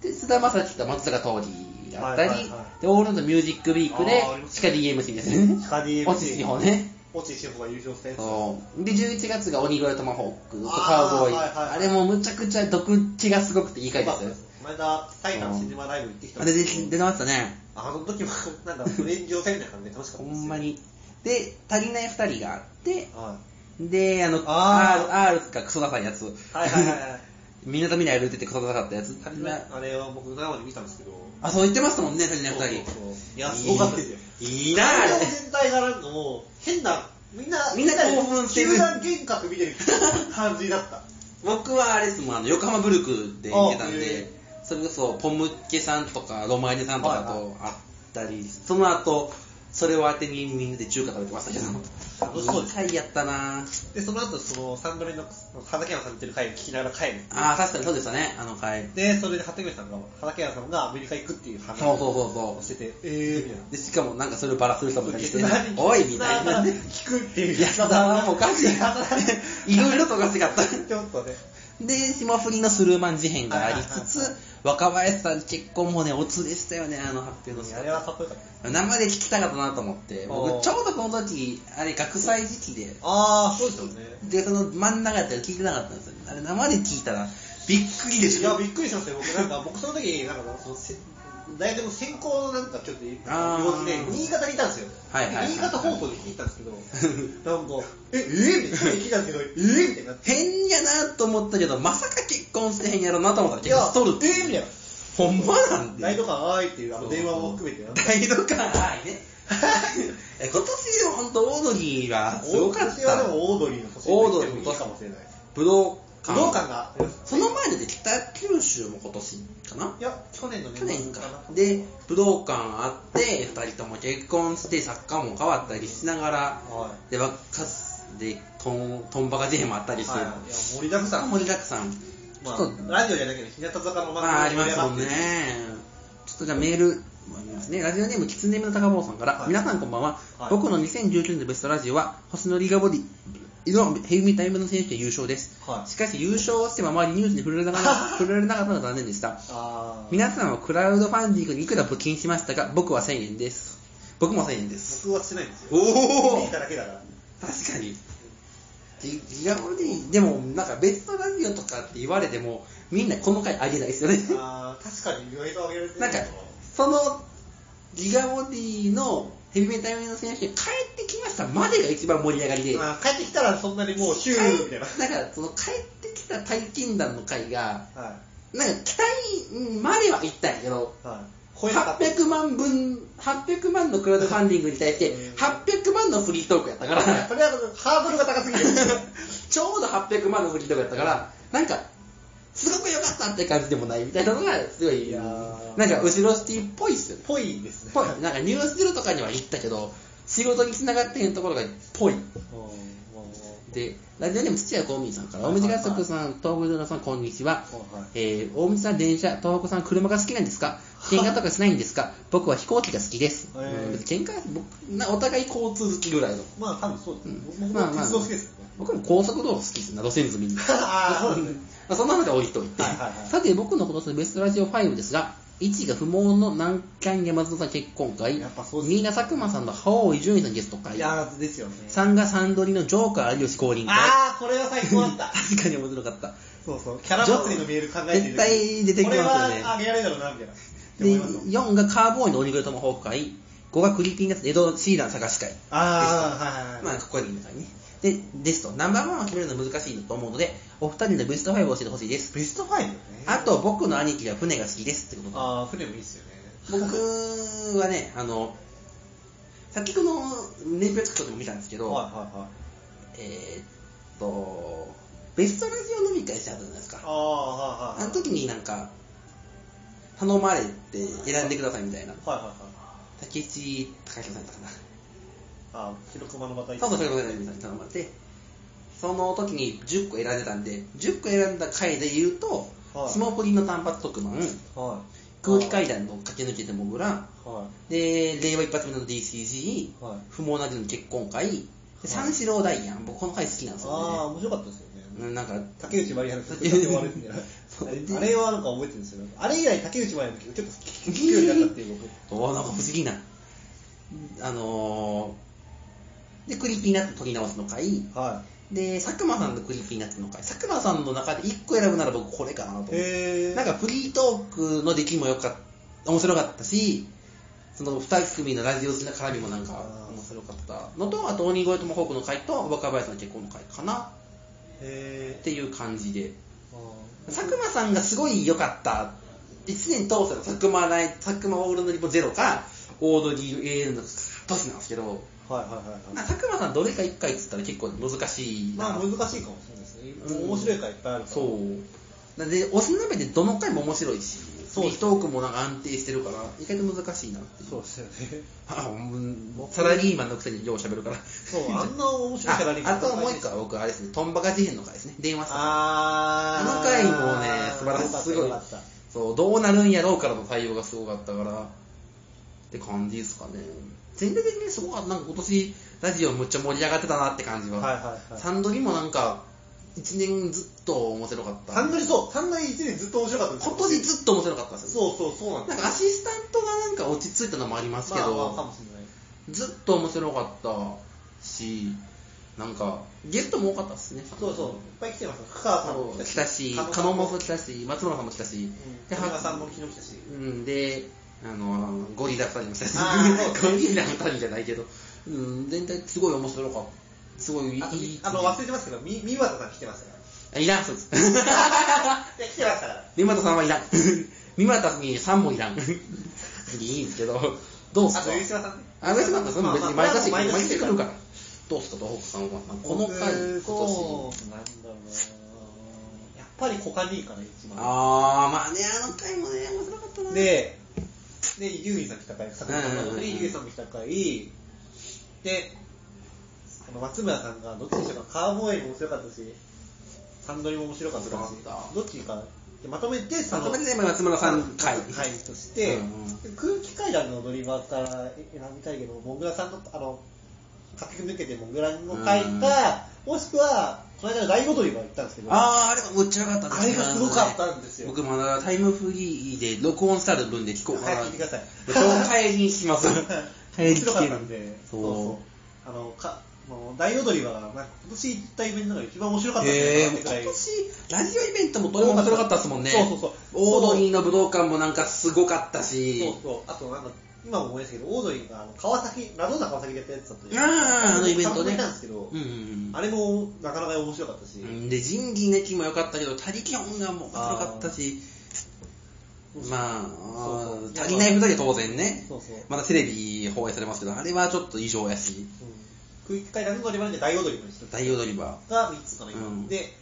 で、菅田将暉と松坂桃李があったり、
はいはいは
で、オールのミュージックウィークで
あーありま、し
地下 DMC ですね。
地下 DMC
落ち着き方ね。
落ちしほが優勝したやつ。
そう。で、11月が鬼越トマホークと
あー
カウボーイ。
はいはい
あれもむちゃくちゃ毒気がすごくていい回
よ
です
かっ
よ
たで。す。前田、埼玉シネマライブ行ってきた
あ
ん
れ
で
です
けど
出てましたね。
あの時も、なんか、フレンジをせみたいな感じで楽しかっ
ほ
たですよ
んま。に。で、足りない二人があって、
は
で、あの、R,
あ
R がクソダサいやつ。
いはいはいはいはい。
みんなとみんな歩いててクソダサかったやつ。
足りないあれは僕生で見たんですけど。
あ、そう言ってましたもんね、足りない二人。
そうそうそういや、すごかったですよ。
いいなあれ
会場全体がなんかもう、変な、みんな、
みんな興奮してる
集団幻覚見てる感じだった。
僕はあれですもん、あの、横浜ブルクで行ってたん
あへ
で
え、
それこそ、ポムッケさんとか、ロマーニさんとか
はいは
と会ったり、その後、それを当てにみんなで中華食べてましたけど、
楽しそうです
いい回やったなぁ。
で、その後、その、三度目の畠山さん見てる回を聞きながら帰る。
あー、確かにそうでしたね、あの回。
で、それで畠山さんが、畠山さんがアメリカ行くっていう話
そうそう
を
そうそう。
してて、えー、みたいな。
で、しかもなんかそれをバラする人もいたりして
リスナーに、
おい、みたいな。
リスナーが聞くっていう。
安田はおかしい。いろいろとおかしかった。
ちょっとね。
で、霜降りのスルーマン事変がありつ
はいはい
つ、若林さん結婚もね、お連れしたよね、あの発表の仕
あれは
方。
かっこよかった。
生で聞きたかったなと思って、
おー
僕ちょうどこの時、あれ学祭時期で、
あー、そうですよね。
で、その真ん中やったら聞いてなかったんですよ。あれ生で聞いたら、びっくりで
い
し
や、
ょ。
びっくりしましたよ。僕、なんか、僕その時、なんか、そのせ、大学の専攻のなんか、ちょっと、
あー
用事で、新潟にいたんですよ。
はいはいはい
で新潟放送で聞いたんですけど、 なんか、え、えー、みたいな聞いたんですけど、えー、みたいにな って。
変やなと思ったけど、まさか結婚してへんやろなと思ったら結
いや、
婚しとるって
え
い
ー、
う
みたいな。
ほんまなんで。
大都会はーいっていう、あの、電話も含めてなんか、
大都会愛 ね。え今年は本当オードリーはすごかっ
今年は
た
で。もオードリーの年
オードリ
で
ーの
もいい
年
かもしれない。
武道
武
館。
道館が、
その前で北九州も今年かない
や、去年の
去年か
な。。
で、武道館あって、二人とも結婚して、作家も変わったりしながら、
は
で、若すでトントンバカ J もあったりする、
はいいや盛りだくさん
盛りだくさん
ま
ちょっ
あ、ラジオじゃないけど、日向坂の
まあ、ありますもんね
盛り上がってる。
ちょっとじゃあメールもありますね。ラジオネーム、きつねむの高坊さんから、
はい
皆さんこんばんは。
はい
僕の2019年のベストラジオは、星野リガボディのヘビータイムの選手で優勝です。
はい
しかし優勝してもあまりニュースに触れられなか った触れられなかったのが残念でした。
あー
皆さんはクラウドファンディングにいくら募金しましたか僕は1000円です。僕も1000円です。
僕はしてないんですよ。
おー
見ただけだ から。
確かに。ギギガボディ、でもなんかベストラジオとかって言われても、みんなこの回あげないですよね。
あー確かに意外と上げられてる
なんか、そのギガボディのヘビメタ寄の選手に帰ってきましたまでが一番盛り上がりで、
まあ、帰ってきたらそんなにもう、シュー みたいな。
だからその帰ってきた体験談の回が、
は
なんか期待までは行ったんやけど、
い。はい。超えなかった。
800万分、800万のクラウドファンディングに対して
うん、
800万のフリートークやったから、
とりあえず、ハードルが高すぎる。
ちょうど800万のフリートークやったから、なんか、すごく良かったって感じでもないみたいなのが、すごい、
いやー
なんか、後ろシティっぽいっすよね。
ぽいですね。
ぽい。なんかニュースゼロとかには行ったけど、仕事に繋がってへんところがぽい。
うんもうもう
で、ラジオネーム土屋公民さんから、大道合足さん、東北道さん、こんにちは。
は
え
い
ー、大道さん、電車、東北さん、車が好きなんですか喧嘩とかしないんですか僕は飛行機が好きです。
へー
うん別に喧嘩は僕な、お互い交通好きぐらいの。
まあ、多分そうです
う
ね
ん。
僕も鉄道好きですよ ね。
僕も高速道路好きですな、路線済みに。
あーそうですね
まあそんな話は置いといて、
はいはいはい
さて僕の今年のベストラジオ5ですが1が不毛の南海山里さん結婚会
やっぱそうです
2が佐久間さんの覇王伊集院さんゲスト会
いやー、ですよね。
3がサンドリのジョーカー有吉降臨会
あー、これは最高だった。
確かに面白かった
そうそう、キャラ祭りのメール考えてる
絶対出てきますよね
これはあげられるだろうな、みたいな。
で
って思いますよ
4がカーボーイの鬼越トマホーク会5がクリーピーナッツのエド・シーラン探し会
あー、はいはいはい。
まあ、ここにいるからね。で、ですと、ナンバーワンは決めるの難しいと思うので、お二人のベスト5を教えてほしいです。
ベスト5よね。
あと、僕の兄貴が船が好きですってことか。
あー、船もいいっすよね。
僕はね、あの、さっきこの年表作でも見たんですけど、
はいはいはい。
えーっと、ベストラジオ飲み会したじゃないです
あ
か。
あはいはい。
あの時になんか、頼まれて選んでくださいみたいな。
はいはいはい。
竹内隆弘さんだったかな。
あー、白熊のバタイ
そうそう、そういうことで頼まれて、その時に10個選んでたんで、10個選んだ回で言うと、
はい
スモークリンの単発特番、
はい。
空気階段の駆け抜けてもぐら、
は
で、令和一発目の DCG、
はい
不毛なでの結婚会、で三四郎ダイアン、僕この回好きなんです
ああー、
よ
面白かったですよね。
ね。ななんか、
竹内まりやの曲で終わるんじゃない
そう
あれあれはなんか覚えてるんですよ。あれ以来竹内まりやの曲ちょっと聞くようになったっていう 僕。
おーなんか不思議な。あのー、で、クリーピーナッツ取り直すの回、
は
で、佐久間さんのクリーピーナッツの回、佐久間さんの中で1個選ぶなら僕これかなと思っ
い。
て。
へ
なんかフリートークの出来も良かった、面白かったし、その2組のラジオ好きな絡みもなんか
あー
面白かったのと、あと鬼越トマホークの回と若林の結婚の回かな
へ
っ
え。
ていう感じで、
あー
佐久間さんがすごい良かった、1年通したら佐久間ライ佐久間オールドリポゼロか、オードリー AN の年なんですけど、
はいはいはいはい
まあ。佐久間さんどれか1回っつったら結構難しいな
まあ難しいかもしれないですね。
うん
面白いからいっぱいあるから。
そうなんでおすすめでどの回も面白いし
そう
リートークもなんか安定してるから意外と難しいなっていう
そうですよね。
あうんサラリーマンのくせによう喋るから
そう、あんな面白いキャラに
ああともう一個は僕あれですねトンバカ事変の回ですね電話した
あ
あ
ー
の回もね素晴らしいすごい
よかったよかっ
そうどうなるんやろうからの対応がすごかったからって感じですかね全体的にすごかったなんか今年ラジオむっちゃ盛り上がってたなって感じは,、
はいはいはい
サンドリもなんか1年ずっと面白かった
たサンドリそう、サンドリ1年ずっと面白かったんですよ
今年ずっと面白かったんですよ
そうそうそうなんで
なん
す
かアシスタントがなんか落ち着いたのもありますけど、
まあまあかもしれない。
ずっと面白かったしなんかゲストも多かったですね
そうそう、いっぱい来てますよ。深川さんも
来たし加納も来たし松村さんも来たし、
うん
で
加納さん
は
も昨日来たし。
うんであのゴリラ2人も来たし
あー そう
ゴリラ2人じゃないけど、うん、全体すごい面白かったすごいいい
ああの、忘れてますけど、み、三輪田さん来てましたか
あいらんそうです
ら。いや、来てましたから。
三股さんはいらん 三股に3もいらん別にいいんですけどどうっす
あ
か
と、ゆうしまさんね。。
あの人だったらそれも別に毎年毎年来るからら。どうすか、東北さんは。この回、
僕
今
そ
年。
う、なんだろうなやっぱりコカニーかな、一番。
あー、まあね、あの回もね、面白かったな。
で、で、ユーミンさん来た回、作家さん
うんうんうん
で、ユーミンさんも来た回、で、あの松村さんがどっちにしようかカーボーイも面白かったしサンドリも面白かったし
面白かった
どっちかでまとめてそ
ま
の
とめて松村さん会
はいとして、
う
空気階段の踊り場から選びたいけどもぐらさんのあの駆け抜けてもぐらの書いた、もしくはこの間の大踊り場行ったんですけど
あああれもめっちゃ良かったですね
あれがすごかったんですよ
僕もあのタイムフリーで録音したる分で聞こうかな
はい聞いてください
帰りに聞きます帰り
面
聞け
白かっ
る
たんで、
そう
あのかあの大踊りはなんか今年行ったイベントの中で一番面白かったん
へえ
で
ー、もう今
すよ
年ラジオイベントもどれも面白かったですもんね
そうそうそう
オードリーの武道館もなんかすごかったし
そうそう、あとなんか、今も思いますけど、オードリーがあの川崎、ラドーナ川崎でやったやつだったじゃないで
あ
すか
ああのイベントね
ちゃんと見たんですけど、
うんうん
あれもなかなか面白かったし、
うんで仁義なきも良かったけど他力本願も面白かったしまあ
そうそう
足りない分だけ当然ね
そうそう
まだテレビ放映されますけどあれはちょっと異常やし
うん、空気階段の踊り場で大踊りの人が
大踊り場
3つかな、今
うん
で、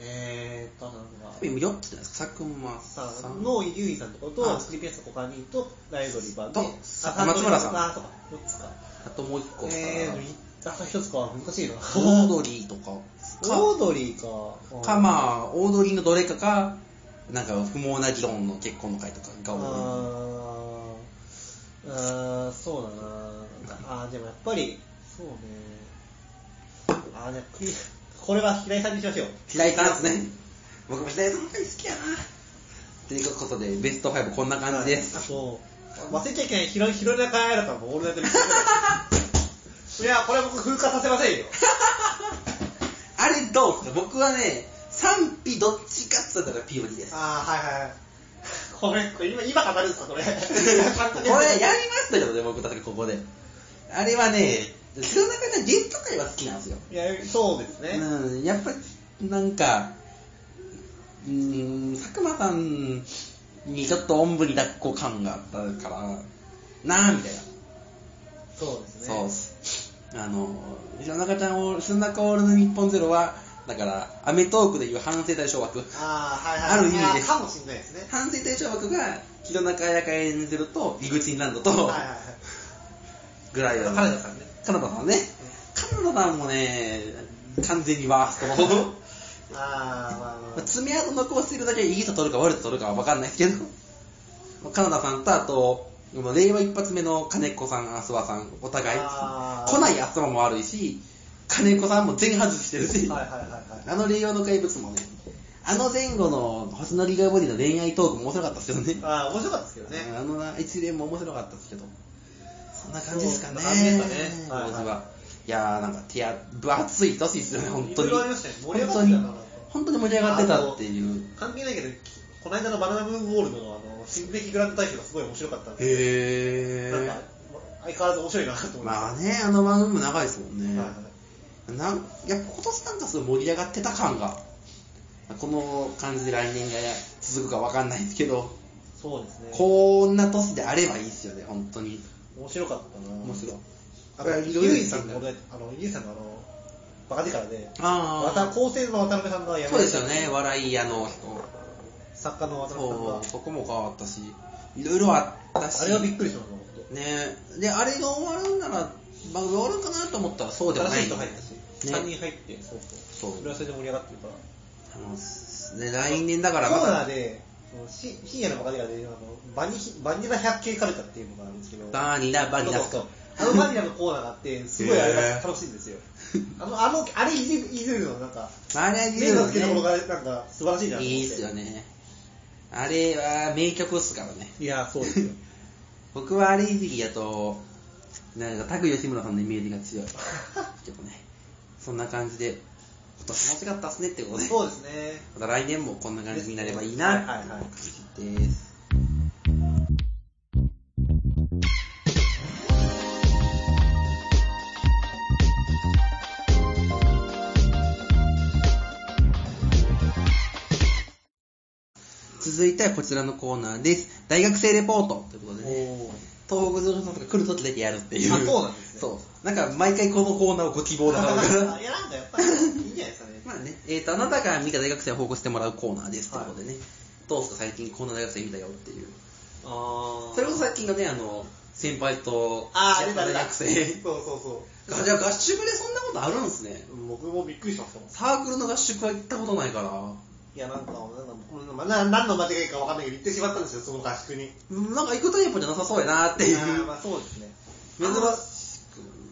えーっと、なんだ
4つじゃないですか佐久間
さ
さ
ん
ん
の伊集院さんとこと
あ、
クリピアスコカニと、大踊り場で、
と
あ
さ松村さん
あ、そうか、4つか。
あともう1個かな
えー、いあと1つか、難しいな。
オードリーとか
オードリーか。
かまあオードリーのどれかかなんか不毛な議論の結婚の会とかが多
あーあーそうだなあーでもやっぱりそうねあーでもクリこれは平井さんにしましょう
い平井さんですね僕も平井さんの会好きやなということでベスト5こんな感じです
あそう忘れちゃいけない広い広い中やらさんもオールナイトビッグいやこれは僕風化させませんよ
あれどうですか僕はね賛否どっちかっつったら POD です
ああはいはいこれこれ今今語るんですかこれ こ
これやりましたけどね僕たちここであれはね弘中ちゃんゲスト会は好きなんですよ
いやそうですね、
うん、やっぱりなんか、うーん、佐久間さんにちょっとおんぶに抱っこ感があったから、なあみたいな。
そうですね
そうっす。あの、弘中ちゃんを、弘中オールの日本ゼロは、だから、アメトークでいう反省対象枠。
ああはいはい
ある意味で
あーかもしれないですね
反省対象枠が、弘中綾香エンゼロと、井口ランドと、
はいはいはい
ぐらいだ
カナダさんね。
カナダさんね。カナダさんもね、完全にワースト。
あーまあまあ
まあ爪痕残してるだけいい人取るか悪い人取るかは分かんないですけど、 まあカナダさんとあと、もう令和一発目の金子さん、アスワさん、お互い、
あー
来ないアスワも悪いし、金子さんも全外してるし、
はいはいはいはい
あの令和の怪物もね、あの前後の星野リガーボディの恋愛トークも面白かったですよね。
ああ、面白かったですけどね。
あのな一連も面白かったですけど、そんな感じですかね。
そんな感じですかねはいはい
僕はいやーなんか手や分厚い年ですよね、本当に。
いろいろありましたね盛り上がってたな
本当に本当に盛り上がってたっていう。
関係ないけど、きこの間のバナナムーンゴールドのあの、新劇グランド大賞がすごい面白かったんで、
へ
なんか、相変わらず面白いなと思いま
まあね、あの番組も長いですもん
す。
ね。
はいはい
なんやっぱ今年なんかすごい盛り上がってた感が、この感じで来年が続くかわかんないですけど、
そうですね。
こんな年であればいいですよね、本当に。
面白かったな。
面白い。
あと、ゆいさんの、俺あの、ゆいさんのあの、バカ力で、
あ
ま
あ、
た、構成の渡辺さんがやめ
そうですよね、笑い屋の人。
作家の渡辺さんが
そう、そこも変わったし、いろいろあったし。
あれはびっくりしました、本
ねで、あれが終わるなら、番組終わるかなと思ったらそうで
当
もな
新し
い
い人入ったし、3人入って、そうそう。
そう
それはそれで盛り上がってるから。
あのすね、来年だから
コ
ま
ーナー
た
で、そのし深夜のバカデカで、あのバニバニラ百景カルタっていうのがあるんですけど、
バーニラバニラス
そう
か
そうあのバニラのコーナーがあって、すごいあれが
へー
楽しいんで すよ。あの、あの、あれいじるいじるの、なんか、
バーニラ
目の付けどころ
ね
がなんか素晴らしいなと思って
いいっすよ。ねあれは名曲っすからね
いや、そうですよ。
僕はあれいじりやとなんかタグ吉村さんのイメージが強 いけどねそんな感じで今年も楽しかったっすねってことで
そうですね。
また来年もこんな感じになればいいなって
はいはいはい
感じです続いてはこちらのコーナーです。大学生レポートということでね、
おー
東北の人とか来るときだけやるっていう。
あそうなんですね
そう。なんか毎回このコーナーをご希望だから。
あいや、なんかやっぱり、いいんじゃないですかね。
まあね、えー、と、あなたが見た大学生を報告してもらうコーナーですということでね、どうすか最近こんな大学生見たよっていう。
あ
それこそさっきのね、あの、先輩と
あー、出た
大
出た。
学生
そうそうそ
がじゃあ合宿でそんなことあるんですね
う。僕もびっくりしましたもん。
サークルの合宿は行ったことないから
いや、なんか、なんか僕もなな何の間違いかわかんないけど、行ってしまったんですよ、その合宿に。
うんなんか行くタイプじゃなさそうやなっていう
あーまあそうですね。
珍し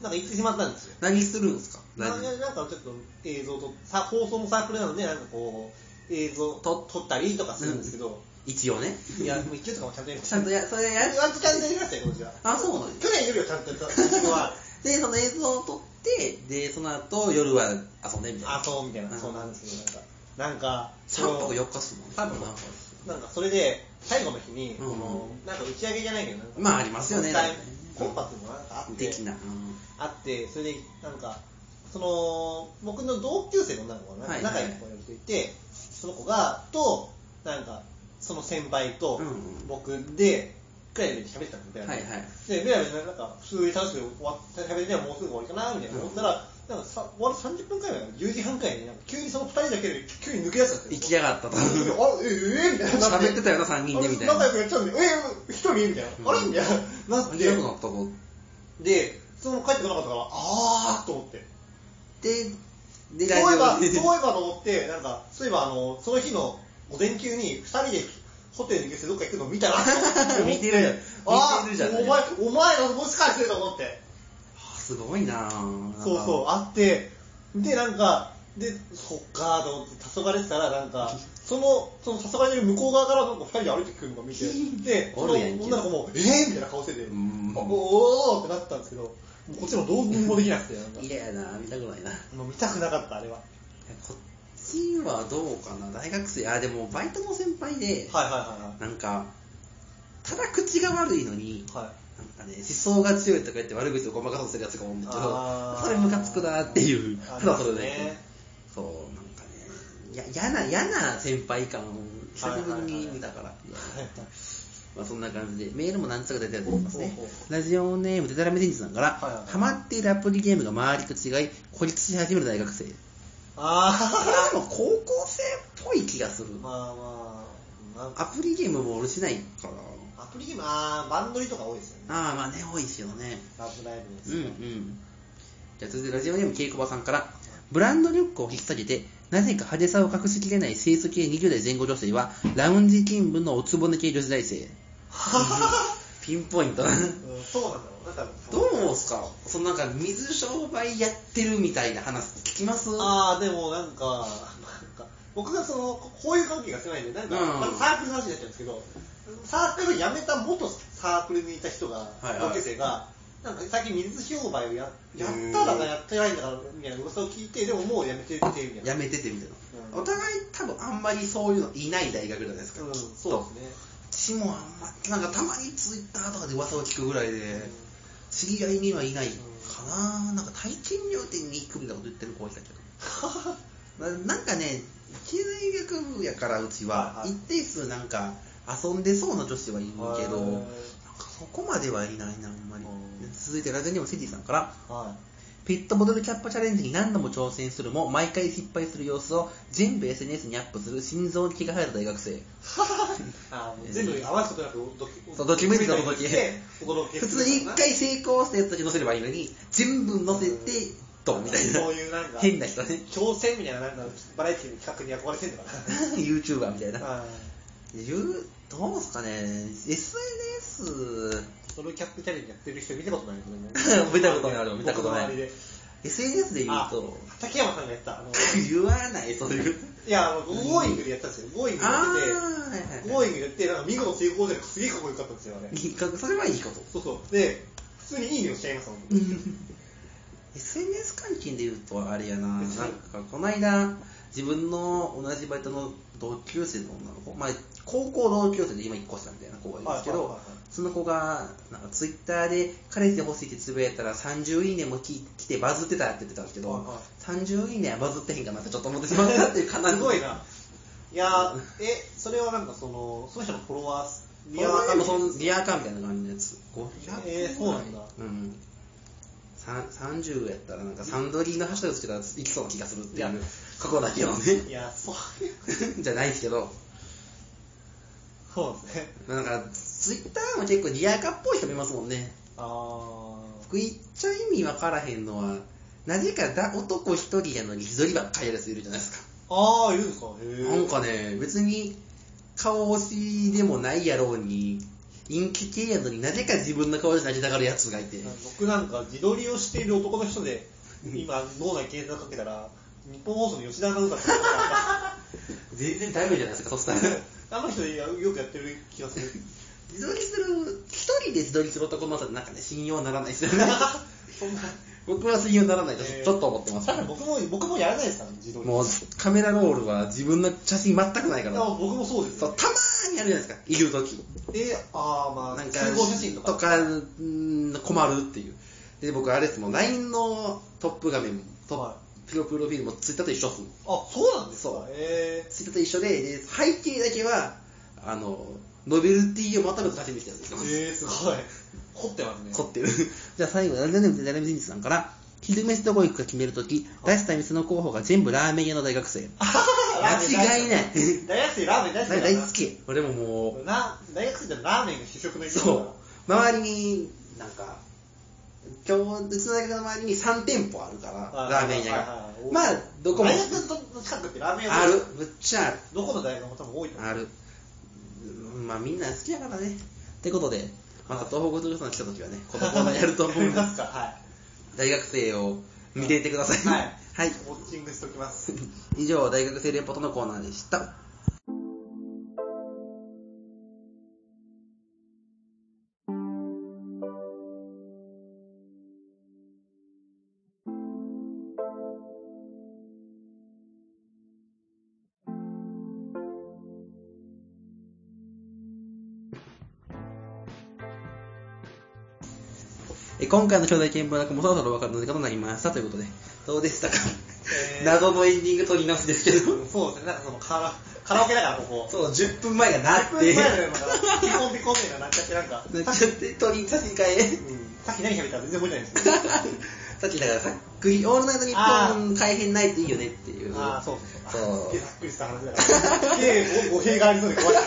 なんか行ってしまったんですよ。
何するんですか
なん
何
かなんかちょっと映像と、さ放送のサークルなので、なんかこう、映像と撮ったりとかするんですけど、
一応ね
いや、もう一応とかもちゃんとやりまし
ちゃんとやそれやる
た。割とちゃんとやりましたよ、こちら。
あそうなんです
去年よりはちゃんとやった、僕は。
でその映像を撮ってでその後夜は遊んでみたいな
あ、そうみたいな、そうなんですけど、なんか、
3
なんか、
泊4日っすもんね
三泊四なんかそれで、最後の日に、
うん
そのなんか打ち上げじゃないけど、なんか、
まあありますよね
国
だ
際
ってね
コンパスもなんかあって、
的な、うん
あって、それで、なんか、その、僕の同級生の女の子が、
はい
仲良い子がいる人いて、その子が、と、なんか、その先輩と
うんうん、
僕で、くらいで喋ってたんですよ、
はいはい
で、ベラベラなんか、普通に楽しく終わって、喋りでもうすぐ終わりかな、みたいな思ったら、なんかさ、終わる30分くらい前、10時半くらいに、なんか急にその2人だけで、急に抜け出したんですよ。
行きやがったと
あ、ええみたいな。
喋ってたよな三人でみたいな
あれ仲良くやっちゃうんで、ええ一人みたいな。あれみたいな。なっ
行
て
きやくなったぞ
で、その帰ってこなかったから、あーっと思って。
でで
そうい えば、そういえ
で
ばと思って、なんか、そういえば、あの、その日の午前中に二人でホテルに行ってどっか行くの見たら
見てる
あ
見てるじゃ
ー
ない
お前、お前らもしかしてと思って。
あすごいなぁ
そうそう、あって、で、なんか、で、そっかーと思って、黄昏てたら、なんか、その、その黄昏てる向こう側から、なんか二人で歩いてくるのを見て、で、そ
お
の
るやんけ
女の子も、えぇ、みたいな顔してて、
うん
あおーってなったんですけど、もうこっちもどうにもできなくて、なんか
嫌やな見たくないな
もう見たくなかった、あれは。
こっちはどうかな大学生あでもバイトの先輩で、
はいはいはいはい。
なんかただ口が悪いのに
はい
なんかね思想が強いとか言って悪口をごまかそうとするやつがおるんだけ
あ
ど
ー
それムカつくなっていう
あ
ただそれだけ
ね
そうなんかねや嫌な嫌な先輩感を久しぶりに見たから、
はい
まあそんな感じで、メールも何つか出てると思いますね
ほうほう。
ラジオネームデタラメ天使さんから、
はいはい
ハマっているアプリゲームが周りと違い、孤立し始める大学生。これ
あ
でも高校生っぽい気がする。
ー、まあまあ、なんか
アプリゲームも俺しないから。
アプリゲーム、あー、バンドリとか多いですよね。
ああ、まあね、多いですよね。
ラブライブで
うんう
す
ん。じゃあ続いてラジオネームケイコバさんから、ブランドリュックを引っ提げて、なぜか派手さを隠しきれない清楚系20代前後女性は、ラウンジ勤務のおつぼね系女子大生。ピンポイントな。
うんそうなんだろうな、多分。
どう思うんすかそのなんか水商売やってるみたいな話聞きます
ああでもなんかなんか僕がそのこういう関係が狭いんでなんか、
うん
まずサークルの話になっちゃうんですけどサークル辞めた元サークルにいた人が、
いはい
同級生がなんか最近水商売をややっ
へー
たらかやってないんだからみたいな噂を聞いてでももう辞めてってみたいな
やめててみたいな、
うん
お互い多分あんまりそういうのいない大学じゃないですか、
うん
きっと
そうで
ちもあんまなんかたまにツイッターとかで噂を聞くぐらいで、
ん
知り合いにはいないかな、なんか体験料店に行くみたいなこと言ってる子いたけ
すね
どななんかね経済学部やからうちは
はいは
一
い
定数なんか遊んでそうな女子はいるけど、
へー
なんかそこまではいないなあんまり、
うん
で続いてラジオネームセティさんから
は
ペットボトルキャップチャレンジに何度も挑戦するも毎回失敗する様子を全部 SNS にアップする心臓に気が入った大学生
い あーもう全部合わせてなくドキ
そうドキュメントの時
驚き
普通に1回成功したやつだけ載せればいいのに全部載せてドンみたいな
そういうなんか
変な 人ね
挑戦みたいななんかバラエティの企画に憧れてるのか
YouTuber みたい
な
な
はい
言うどうすかね SNS。
ソロキャップチャレンジやってる人見たことないですね
見たことない俺も見たことない
僕の周りで
SNS で言う
あ
と、
竹山さんがやってた。あの
言わないそういう
いや、あのゴーイングでやったんですよ。ゴーイングでや
あ
っ
あはいは
て
い
て、ゴ
はい
ーイングでやって、なんか見事成功じゃなくてすげえかっこよかったんですよ、あれ。
それはいいこと
そうそう。で、普通にいい匂いしちゃいますもん。
SNS 関係で言うとあれやななんかこの間自分の同じバイトの同級生の女の子、まあ、高校同級生で今1個下みたいな子がいるんですけ
はいは
ど
いはいはい
その子がなんかツイッターで彼氏欲しいってつぶやいたら30いいねもき来てバズってたって言ってたんですけど、
はいは
30いいねはバズってへんかなってちょっと思ってしまったっていうかな
すごいな。いや、え、それはなんかその、その人のフォロワー、
リアー カーもそ
ん
のリアーカーみたいな感じのやつ500
えーそうなんだ
うんさん30やったらなんかサンドリーのハッシュタグつけたらいきそうな気がするってい
いうや
ここだけはね
いや、そういう。
じゃないですけど
そうですね。
なんかツイッターも結構にやかっぽい人もいますもんね。
あ
僕言っちゃ意味わからへんのは、なぜかだ男一人やのに一人ばっかりやるやついるじゃないです
ーあーいるんですかへ
か。
ー
なんかね、別に顔押しでもないやろうに、陰気系やのになぜか自分の顔で投げたがるやつがいて。
僕なんか自撮りをしている男の人で今脳内検索かけたら日本放送の吉田アナウンサーって人が
全然ダメじゃないですか、そしたら。
あの人よくやってる気がする
自撮りする、一人で自撮りする男の人ってなんかね、信用ならないですよね。
そんな
僕は信用ならないと
えー
ちょっと思ってます。
だから僕も僕もやらないですからね自撮り
もうカメラロールは自分の写真全くないから。
あ僕もそうです
そう、たまーにやるじゃないですか、いるとき。
えああまあ
なんか、
集合写真とか
とかうん困るっていう。で、僕、あれですもん、LINE のトップ画面も、トップ
は
プロプロフィールも Twitter と一緒っすもん。
あそうなんです
そう
かえ
Twitter と一緒で、で背景だけは、あの、ノベルティをまとめて写真見せたやつです
え
よ。
ー、すごい凝ってますね
凝ってる。 じゃあ最後、ラジオネームダラミジンジさんから、昼飯どこ行くか決めるとき、出した店の候補が全部ラーメン屋の大学生。間違いない
大学生ラーメン大好きだな
大好き。俺ももう、
な大学生ってラーメンが主食の一
そ
環だ
う。周りに、なんか、今日、うちの大学の周りに3店舗あるから、ラーメン屋が。まあ、どこも
大学の近くってラーメン屋
ある。むっちゃある。
どこの大学も多分多いと思う
ある。うんまあ、みんな好きやからね。ってことで、また東北女子さん来た時はね、このコーナーやると思う
や
ん
り
で
ますかは
大学生を見ていてください。
い、はい、
はい
ウ。ォッチングしておきます
以上、大学生レポートのコーナーでした。え今回の兄弟見聞楽もそろそろお別れの時間となりましたということで、どうでしたか、
え ー
謎のエンディング取り直しですけど、
そうですねなんかそのカラカラオケだからここ
そう、10分前がなっ
10
て、
分前のなんかピコンピコンみたいななっちゃってなんか
な っちゃって、取り差し替え。
さっき何食べたか全然覚えてないんですけど
さっきだからさっくり、オールナイトニッポン改編ないといいよねっていう。
ああそうそうそうあ
そう
すげえざっくりした話だから すげえ語弊がありそうで怖い
改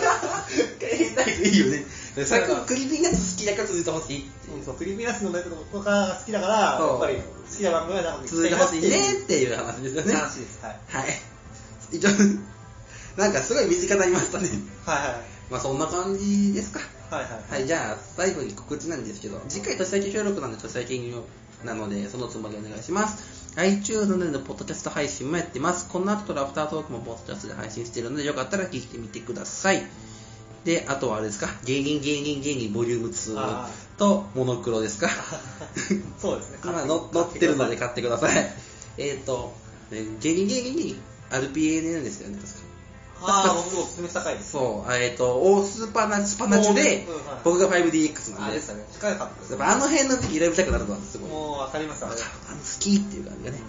編ないといいよね。さっくりピーナッツ好きだから続いてほしいっていう。
そうクリーピーナッツのネタとかが好きだからや
そう
っぱり好きな番組はなんか
続いてほしいねっていう話ですよね。
話ですはい
はい。一応、なんかすごい短くなりましたね。
はい
まあそんな感じですか。
はいはいはい
はい、じゃあ最後に告知なんですけど、次回年明け収録なんで年明けになので、そのつもりでお願いします。iTunes でのポッドキャスト配信もやってます。この後とアフタートークもポッドキャストで配信してるので、よかったら聞いてみてください。で、あとはあれですか、芸人芸人芸人ボリューム2
あ
とモノクロ ですか。
そうですね
今の乗ってるので買ってください。えっと、えー芸人芸人芸人 RPNN ですよね、確か。
ああ僕もおすすめした回です
そう、えっと、大スーパーナスパナチュで
うんはい、
僕が 5DX なんで。
あれでしたね近かったです
やっぱあの辺の時選びたくなるのはすごい。あ
もう当たりました
の
ね
好きっていう感じがね。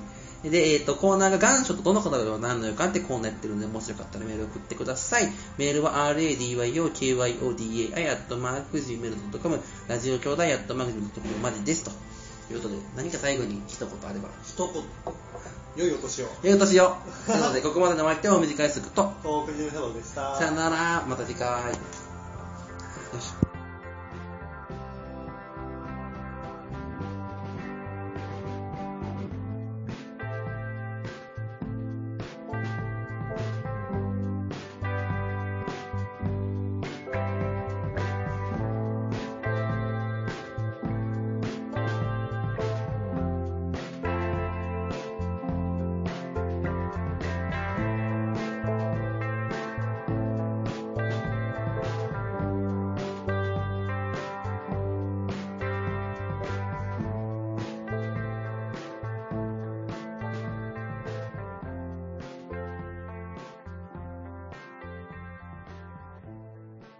で、えっ、と、コーナーが願書とどの方が何の予感ってコーナーやってるので、もしよかったらメール送ってください。メールは radyokyodai.gmail.com、ラジオ兄弟 .gmail.com までですと。いうことで、何か最後に一言あれば。
一言良いお年を
良いお年を。なので、ここまでのお相手を短いすくと。
東北事務所でした
さよなら、また次回。よし。